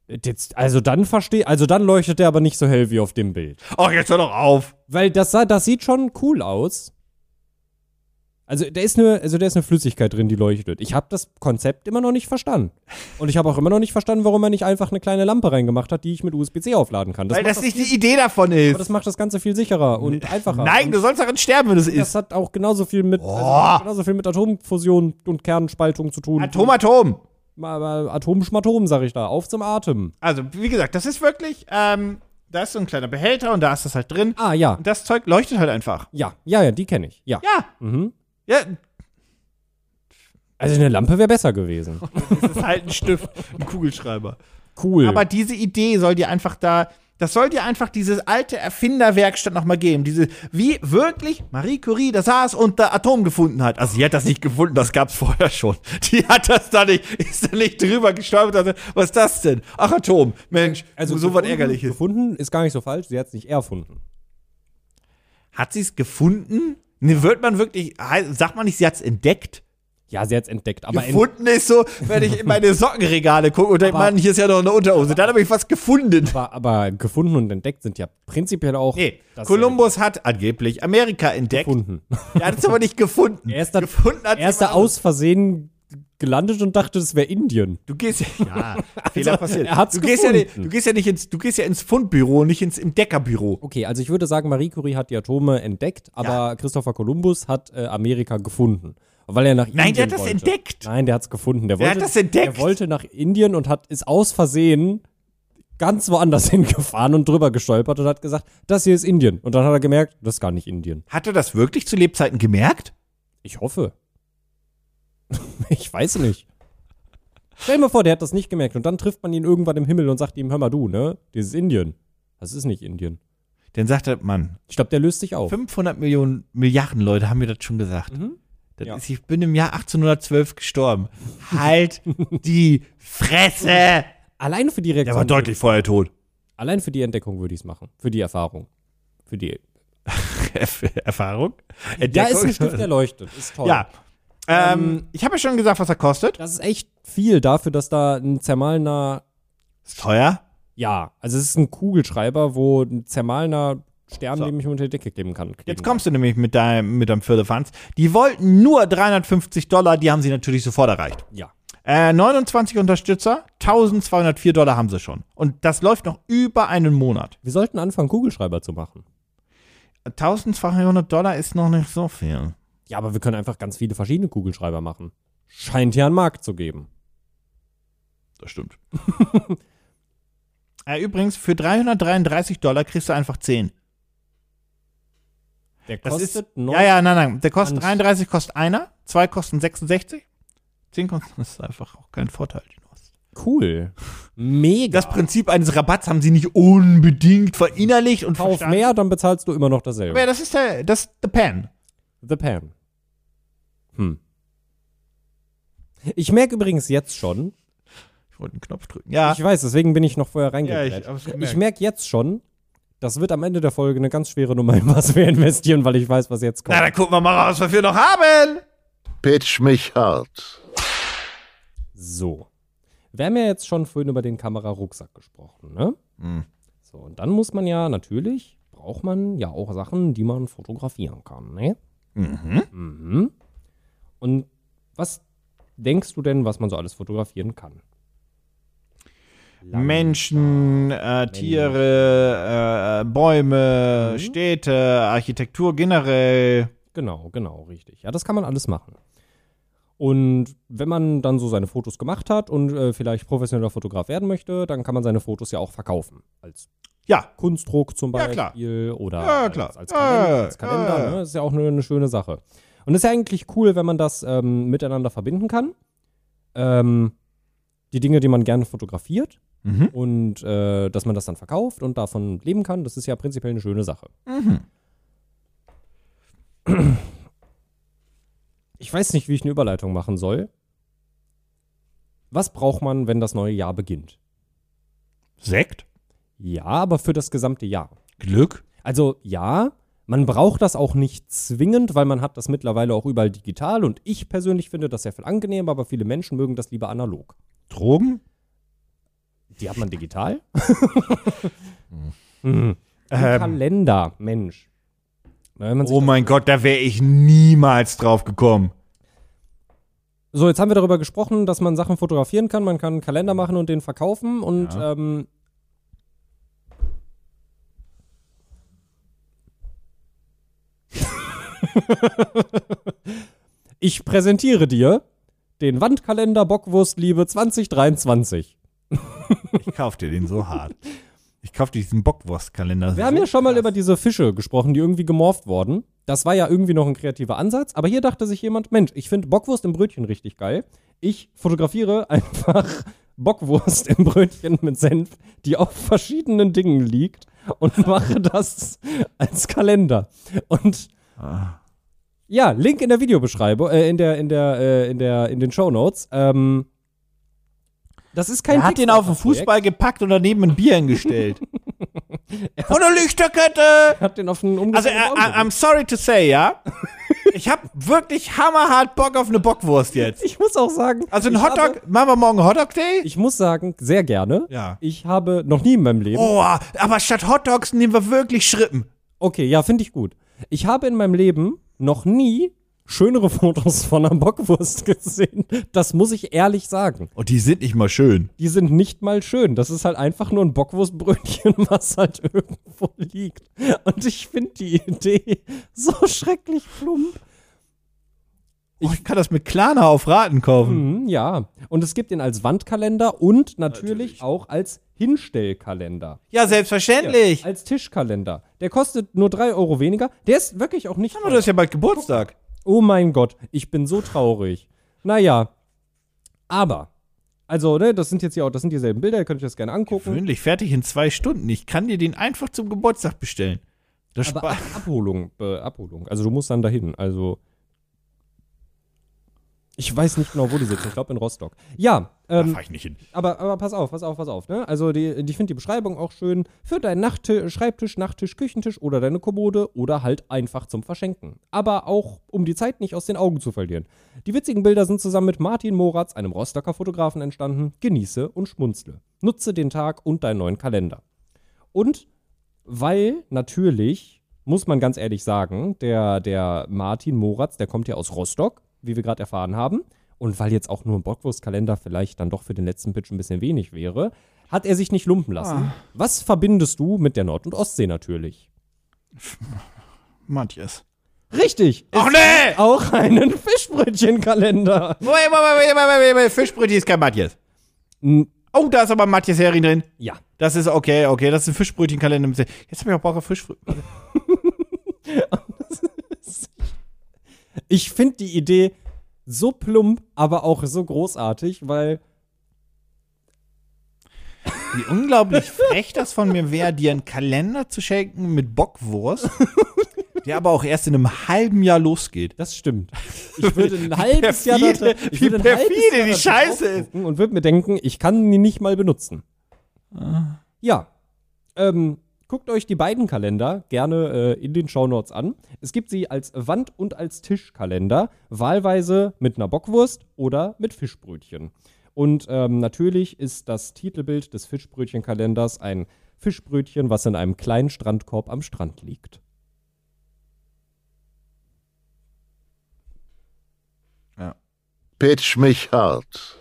S3: Jetzt, also dann verstehe, also dann leuchtet der aber nicht so hell wie auf dem Bild.
S2: Ach, Oh, jetzt hör doch auf.
S3: Weil das, sah, das sieht schon cool aus. Also da ist eine, also da ist eine Flüssigkeit drin, die leuchtet. Ich habe das Konzept immer noch nicht verstanden. Und ich habe auch immer noch nicht verstanden, warum er nicht einfach eine kleine Lampe reingemacht hat, die ich mit USB-C aufladen kann. Das
S2: Weil
S3: macht
S2: das nicht die Idee davon
S3: aber
S2: ist.
S3: das macht das Ganze viel sicherer und einfacher.
S2: Nein,
S3: und
S2: du sollst daran sterben, wenn du es isst.
S3: das hat auch genauso viel mit, also,
S2: Boah.
S3: hat genauso viel mit Atomfusion und Kernspaltung zu tun.
S2: Atom, Atom.
S3: Ma- ma- Atomschmatom, sag ich da. Auf zum Atem.
S2: Also, wie gesagt, das ist wirklich, ähm, da ist so ein kleiner Behälter und da ist das halt drin.
S3: Ah, ja.
S2: Und das Zeug leuchtet halt einfach.
S3: Ja, ja, ja, die kenne ich. Ja.
S2: Ja,
S3: Mhm.
S2: ja,
S3: Also eine Lampe wäre besser gewesen.
S2: das ist halt ein Stift, ein Kugelschreiber.
S3: Cool.
S2: Aber diese Idee soll dir einfach da, das soll dir einfach diese alte Erfinderwerkstatt nochmal geben. Diese, wie wirklich Marie Curie da saß und da Atom gefunden hat. Also, sie hat das nicht gefunden, das gab's vorher schon. Die hat das da nicht, ist da nicht drüber gestolpert. und hat gesagt, Was ist das denn? Ach, Atom. Mensch, also so was
S3: gefunden-
S2: Ärgerliches.
S3: Gefunden ist gar nicht so falsch, sie hat es nicht erfunden.
S2: Hat sie es gefunden? Ne, wird man wirklich, hei- sagt man nicht, sie hat es entdeckt?
S3: Ja, sie hat es entdeckt. Aber ent
S2: gefunden ist so, wenn ich in meine Sockenregale gucke und denke,
S3: Aber-
S2: Mann, hier ist ja noch eine Unterhose. Dann habe ich was gefunden.
S3: aber, aber gefunden und entdeckt sind ja prinzipiell auch.
S2: Nee,
S3: das-
S2: Kolumbus hat angeblich Amerika entdeckt.
S3: Gefunden.
S2: Er hat es aber nicht gefunden.
S3: Er ist da,
S2: gefunden hat
S3: er ist da
S2: jemand-
S3: aus Versehen gelandet und dachte, es wäre Indien.
S2: Du gehst ja, ja Fehler passiert.
S3: er hat's
S2: du gehst ja, nicht-
S3: gefunden.
S2: du gehst ja nicht ins, du gehst ja ins Fundbüro, nicht ins im Deckerbüro.
S3: Okay, also ich würde sagen, Marie Curie hat die Atome entdeckt, aber Christopher Columbus hat äh, Amerika gefunden. Weil er nach Indien
S2: Nein, der hat das
S3: wollte.
S2: entdeckt.
S3: Nein, der hat es gefunden. Der,
S2: Der
S3: wollte,
S2: hat das entdeckt.
S3: Der wollte nach Indien und hat ist aus Versehen ganz woanders hingefahren und drüber gestolpert und hat gesagt, das hier ist Indien. Und dann hat er gemerkt, das ist gar nicht Indien.
S2: Hat er das wirklich zu Lebzeiten gemerkt?
S3: Ich hoffe. ich weiß nicht. Stell dir mal vor, der hat das nicht gemerkt und dann trifft man ihn irgendwann im Himmel und sagt ihm, hör mal du, ne? Dieses Indien. Das ist nicht Indien.
S2: Dann sagt er, Mann,
S3: Ich glaube, der löst sich auf.
S2: 500 Oh. Millionen Milliarden Leute haben mir das schon gesagt. Das
S3: Ja.
S2: ist, ich bin im Jahr 1812 gestorben. Halt die Fresse!
S3: Alleine für die
S2: Der
S3: Reaktion.
S2: war deutlich vorher tot.
S3: Allein für die Entdeckung würde ich es machen. Für die Erfahrung. Für die.
S2: Erfahrung?
S3: Da ist ein Stift, der leuchtet. Ist toll.
S2: Ja. Ähm, ich habe ja schon gesagt, was er kostet.
S3: Das ist echt viel dafür, dass da ein zermahlener.
S2: Ist teuer.
S3: Ja, also es ist ein Kugelschreiber, wo ein zermahlener Stern, den ich mir unter die Decke kleben kann. kleben
S2: Jetzt kommst du nämlich mit deinem, mit deinem Firlefanz. Die wollten nur 350 Dollar, die haben sie natürlich sofort erreicht.
S3: kann. Ja.
S2: Äh, 29 Unterstützer, 1204 Dollar haben sie schon. Und das läuft noch über einen Monat.
S3: Wir sollten anfangen, Kugelschreiber zu machen.
S2: 1200 Dollar ist noch nicht so viel.
S3: Ja, aber wir können einfach ganz viele verschiedene Kugelschreiber machen. Scheint ja einen Markt zu geben.
S2: Das stimmt. äh, übrigens, für 333 Dollar kriegst du einfach 10.
S3: Der
S2: Das ist,
S3: kostet neun-
S2: ja, ja, nein, nein. Der kostet
S3: Und-
S2: 33, kostet einer. Zwei kosten 66. Zehn kosten, das ist einfach auch kein Vorteil. den du hast.
S3: Cool. Mega.
S2: Das Prinzip eines Rabatts haben sie nicht unbedingt verinnerlicht und
S3: Kauf
S2: verstanden.
S3: mehr, dann bezahlst du immer noch dasselbe.
S2: Aber ja, das ist der, das ist the Pen.
S3: The Pan. Hm. Ich merke übrigens jetzt schon,
S2: Ich wollte einen Knopf drücken. Ja,
S3: ich weiß, deswegen bin ich noch vorher
S2: ja
S3: reingegangen.
S2: ich hab's
S3: ich
S2: gemerkt.
S3: merke jetzt schon, das wird am Ende der Folge eine ganz schwere Nummer, in was wir investieren, weil ich weiß, was jetzt
S2: Na,
S3: kommt.
S2: dann gucken wir mal raus, was wir noch haben.
S1: Pitch mich hart.
S3: So. Wir haben ja jetzt schon vorhin über den Kamerarucksack gesprochen, ne?
S2: Hm.
S3: So, und dann muss man ja natürlich, braucht man ja auch Sachen, die man fotografieren kann, ne?
S2: Mhm.
S3: Mhm. Und was denkst du denn, was man so alles fotografieren kann? Land-
S2: Menschen, äh, Tiere, äh, Bäume, Städte, Architektur generell.
S3: Genau, genau, richtig. Ja, das kann man alles machen. Und wenn man dann so seine Fotos gemacht hat und äh, vielleicht professioneller Fotograf werden möchte, dann kann man seine Fotos ja auch verkaufen. Als
S2: Ja,
S3: Kunstdruck zum
S2: Ja,
S3: Beispiel
S2: klar.
S3: oder
S2: Ja, klar.
S3: als, als Kalender.
S2: Ja,
S3: als Kalender
S2: ja, ja.
S3: Ne? Das ist ja auch eine, eine schöne Sache. Und ist ja eigentlich cool, wenn man das ähm, miteinander verbinden kann. Ähm, die Dinge, die man gerne fotografiert
S2: Mhm.
S3: und äh, dass man das dann verkauft und davon leben kann, das ist ja prinzipiell eine schöne Sache.
S2: Mhm.
S3: Ich weiß nicht, wie ich eine Überleitung machen soll. Was braucht man, wenn das neue Jahr beginnt?
S2: Sekt,
S3: Ja, aber für das gesamte Jahr.
S2: Glück.
S3: Also ja, man braucht das auch nicht zwingend, weil man hat das mittlerweile auch überall digital und ich persönlich finde das sehr viel angenehmer, aber viele Menschen mögen das lieber analog.
S2: Drogen?
S3: Die hat man digital? hm. Ein
S2: Ähm.
S3: Kalender, Mensch. Na, wenn man sich
S2: Oh
S3: das-
S2: mein Gott, da wäre ich niemals drauf gekommen.
S3: so, jetzt haben wir darüber gesprochen, dass man Sachen fotografieren kann, man kann einen Kalender machen und den verkaufen und ähm, ich präsentiere dir den Wandkalender Bockwurstliebe 2023.
S2: Ich kauf dir den so hart. Ich kauf dir diesen Bockwurstkalender.
S3: Wir haben ja schon mal über diese Fische gesprochen, die irgendwie gemorpht wurden. Das war ja irgendwie noch ein kreativer Ansatz, aber hier dachte sich jemand, Mensch, ich finde Bockwurst im Brötchen richtig geil. Ich fotografiere einfach Bockwurst im Brötchen mit Senf, die auf verschiedenen Dingen liegt und mache das als Kalender. Und
S2: Ah.
S3: ja, Link in der Videobeschreibung, äh, in der, in der, äh, in der, in den Shownotes. Ähm, das ist kein
S2: Er hat den auf den
S3: Kickstarter-Projekt.
S2: Fußball gepackt und daneben ein Bier hingestellt. Von der Lichterkette!
S3: Er hat den auf den
S2: Also, I,
S3: umgesetzten Baum
S2: I- I'm sorry to say, ja. Ich hab wirklich hammerhart Bock auf eine Bockwurst jetzt.
S3: Ich muss auch sagen.
S2: Also ein
S3: ich
S2: Hotdog,
S3: Habe,
S2: machen wir morgen Hotdog Day?
S3: ich muss sagen, sehr gerne.
S2: Ja.
S3: Ich habe noch nie in meinem Leben.
S2: Oh, aber statt Hotdogs nehmen wir wirklich Schrippen.
S3: Okay, ja, finde ich gut. Ich habe in meinem Leben noch nie schönere Fotos von einer Bockwurst gesehen. Das muss ich ehrlich sagen.
S2: Und Oh, die sind nicht mal schön.
S3: Die sind nicht mal schön. Das ist halt einfach nur ein Bockwurstbrötchen, was halt irgendwo liegt. Und ich finde die Idee so schrecklich plump.
S2: Oh, Ich, kann das mit Klana auf Raten kaufen.
S3: Mhm, ja. Und es gibt ihn als Wandkalender und natürlich.
S2: Natürlich.
S3: auch als Hinstellkalender.
S2: Ja, selbstverständlich.
S3: Als Tischkalender. Der kostet nur 3 Euro weniger. Der ist wirklich auch nicht.
S2: Aber Also, du hast ja bald Geburtstag.
S3: Oh mein Gott, ich bin so traurig. Naja. Aber. Also, ne, das sind jetzt hier auch, das sind dieselben Bilder, ihr könnt euch das gerne angucken.
S2: Gewöhnlich fertig in zwei Stunden. Ich kann dir den einfach zum Geburtstag bestellen. Das spa-
S3: Aber Ab Abholung, äh, Abholung. Also du musst dann dahin. Also. Ich weiß nicht genau, wo die sitzen. Ich glaube in Rostock. Ja,
S2: da
S3: ähm,
S2: fahr ich nicht hin.
S3: Aber, aber pass auf, pass auf, pass auf. Ne? Also die, die- ich finde die Beschreibung auch schön für deinen Nachttisch, Schreibtisch, Nachttisch, Küchentisch oder deine Kommode oder halt einfach zum Verschenken. Aber auch, um die Zeit nicht aus den Augen zu verlieren. Die witzigen Bilder sind zusammen mit Martin Moratz, einem Rostocker Fotografen, entstanden. Genieße und schmunzle. Nutze den Tag und deinen neuen Kalender. Und weil natürlich, muss man ganz ehrlich sagen, der, der Martin Moratz, der kommt ja aus Rostock, wie wir gerade erfahren haben. Und weil jetzt auch nur ein Bockwurstkalender vielleicht dann doch für den letzten Pitch ein bisschen wenig wäre, hat er sich nicht lumpen lassen. Was verbindest du mit der Nord- und Ostsee natürlich?
S2: Matthias.
S3: Richtig!
S2: Ach nee!
S3: Auch einen Fischbrötchenkalender.
S2: Moment, Moment, Moment, Moment, Moment, Moment. Fischbrötchen ist kein Matthias.
S3: Hm,
S2: Oh, da ist aber Matthias Hering drin.
S3: Ja.
S2: Das ist okay, okay. Das ist ein Fischbrötchenkalender. mit- Jetzt habe ich auch Bock auf Fischbrötchen.
S3: Ich finde die Idee so plump, aber auch so großartig, weil
S2: Wie unglaublich frech das von mir wäre, dir einen Kalender zu schenken mit Bockwurst, der aber auch erst in einem halben Jahr losgeht.
S3: das stimmt. Ich würde ein halbes Jahr
S2: perfide-
S3: da drin- ich
S2: wie
S3: würde ein halbes
S2: perfide
S3: Jahr
S2: die
S3: da drauf
S2: Scheiße ist.
S3: gucken Und würde mir denken, ich kann die nicht mal benutzen.
S2: Ah.
S3: Ja. Ähm, guckt euch die beiden Kalender gerne äh, in den Shownotes an. Es gibt sie als Wand- und als Tischkalender, wahlweise mit einer Bockwurst oder mit Fischbrötchen. Und ähm, natürlich ist das Titelbild des Fischbrötchenkalenders ein Fischbrötchen, was in einem kleinen Strandkorb am Strand liegt.
S1: Pitch mich hart.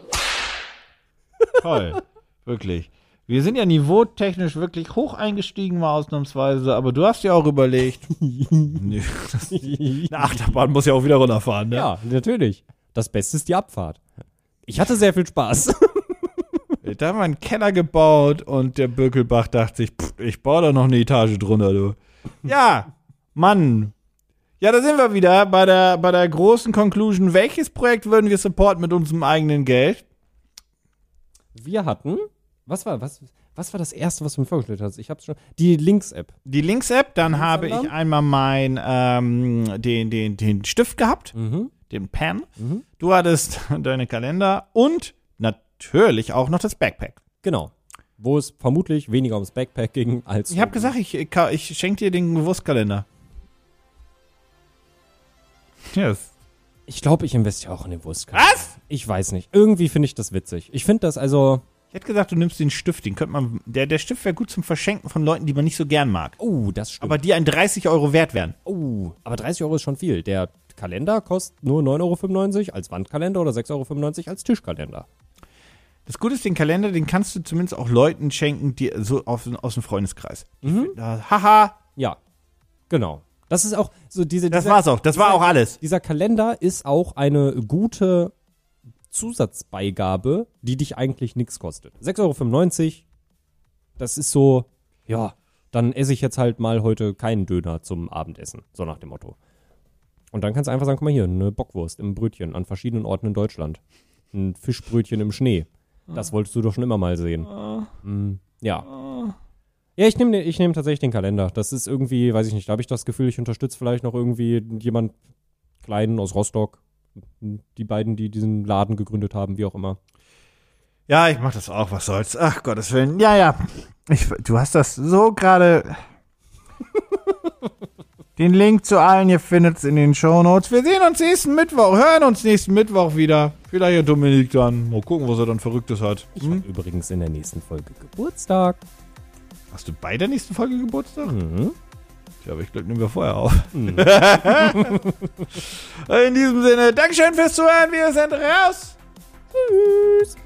S2: Toll. Wirklich. Wir sind ja niveautechnisch wirklich hoch eingestiegen, mal ausnahmsweise, aber du hast ja auch überlegt. nee, das- eine Achterbahn muss ja auch wieder runterfahren, ne?
S3: Ja, natürlich. Das Beste ist die Abfahrt. Ich hatte sehr viel Spaß.
S2: Da haben wir einen Keller gebaut und der Birkelbach dachte sich, pff, ich baue da noch eine Etage drunter, du. Ja, Mann. Ja, da sind wir wieder bei der, bei der großen Conclusion. Welches Projekt würden wir supporten mit unserem eigenen Geld?
S3: Wir hatten, was war, was, was war das erste, was du mir vorgestellt hast? Ich hab's schon. Die Links-App.
S2: Die Links-App, dann habe ich
S3: Links-Alarm?
S2: einmal mein, ähm, den, den, den Stift gehabt, den Pen. Du hattest deine Kalender und natürlich auch noch das Backpack.
S3: Genau. Wo es vermutlich weniger ums Backpack ging als.
S2: Ich habe gesagt, ich, ich ka- ich schenke dir den Gewurzkalender. Yes.
S3: Ich glaube, ich investiere auch in den Wurstkampf.
S2: Was?
S3: Ich weiß nicht. Irgendwie finde ich das witzig. Ich finde das also.
S2: Ich hätte gesagt, du nimmst den Stift, den könnte man, der, der Stift wäre gut zum Verschenken von Leuten, die man nicht so gern mag.
S3: Oh, das stimmt.
S2: Aber die ein 30 Euro wert wären.
S3: oh, aber 30 Euro ist schon viel. Der Kalender kostet nur 9,95 Euro als Wandkalender oder 6,95 Euro als Tischkalender.
S2: Das Gute ist, den Kalender, den kannst du zumindest auch Leuten schenken, die so aus, aus dem Freundeskreis. Mhm. Haha,
S3: Ja. Genau. Das ist auch so diese.
S2: das
S3: dieser-
S2: war's auch, das war auch alles.
S3: Dieser Kalender ist auch eine gute Zusatzbeigabe, die dich eigentlich nichts kostet. 6,95 Euro, das ist so, ja, dann esse ich jetzt halt mal heute keinen Döner zum Abendessen, so nach dem Motto. Und dann kannst du einfach sagen, guck mal hier, eine Bockwurst im Brötchen an verschiedenen Orten in Deutschland. Ein Fischbrötchen im Schnee. Das wolltest du doch schon immer mal sehen. Mm, ja. Ja, ich nehme ich nehm tatsächlich den Kalender. Das ist irgendwie, weiß ich nicht, da habe ich das Gefühl, ich unterstütze vielleicht noch irgendwie jemand Kleinen aus Rostock. Die beiden, die diesen Laden gegründet haben, wie auch immer.
S2: Ja, ich mach das auch, was soll's. Ach, Gottes Willen. Ja, ja. Ich, du hast das so gerade. Den Link zu allen, ihr findet's in den Shownotes. Wir sehen uns nächsten Mittwoch, hören uns nächsten Mittwoch wieder. Vielleicht ja Dominik dann. Mal gucken, was er dann Verrücktes hat.
S3: Ich habe übrigens in der nächsten Folge Geburtstag.
S2: Hast du bei der nächsten Folge Geburtstag?
S3: Mhm.
S2: Ja, aber ich glaube, nehmen wir vorher auf. in diesem Sinne, Dankeschön fürs Zuhören. Wir sind raus.
S3: Tschüss.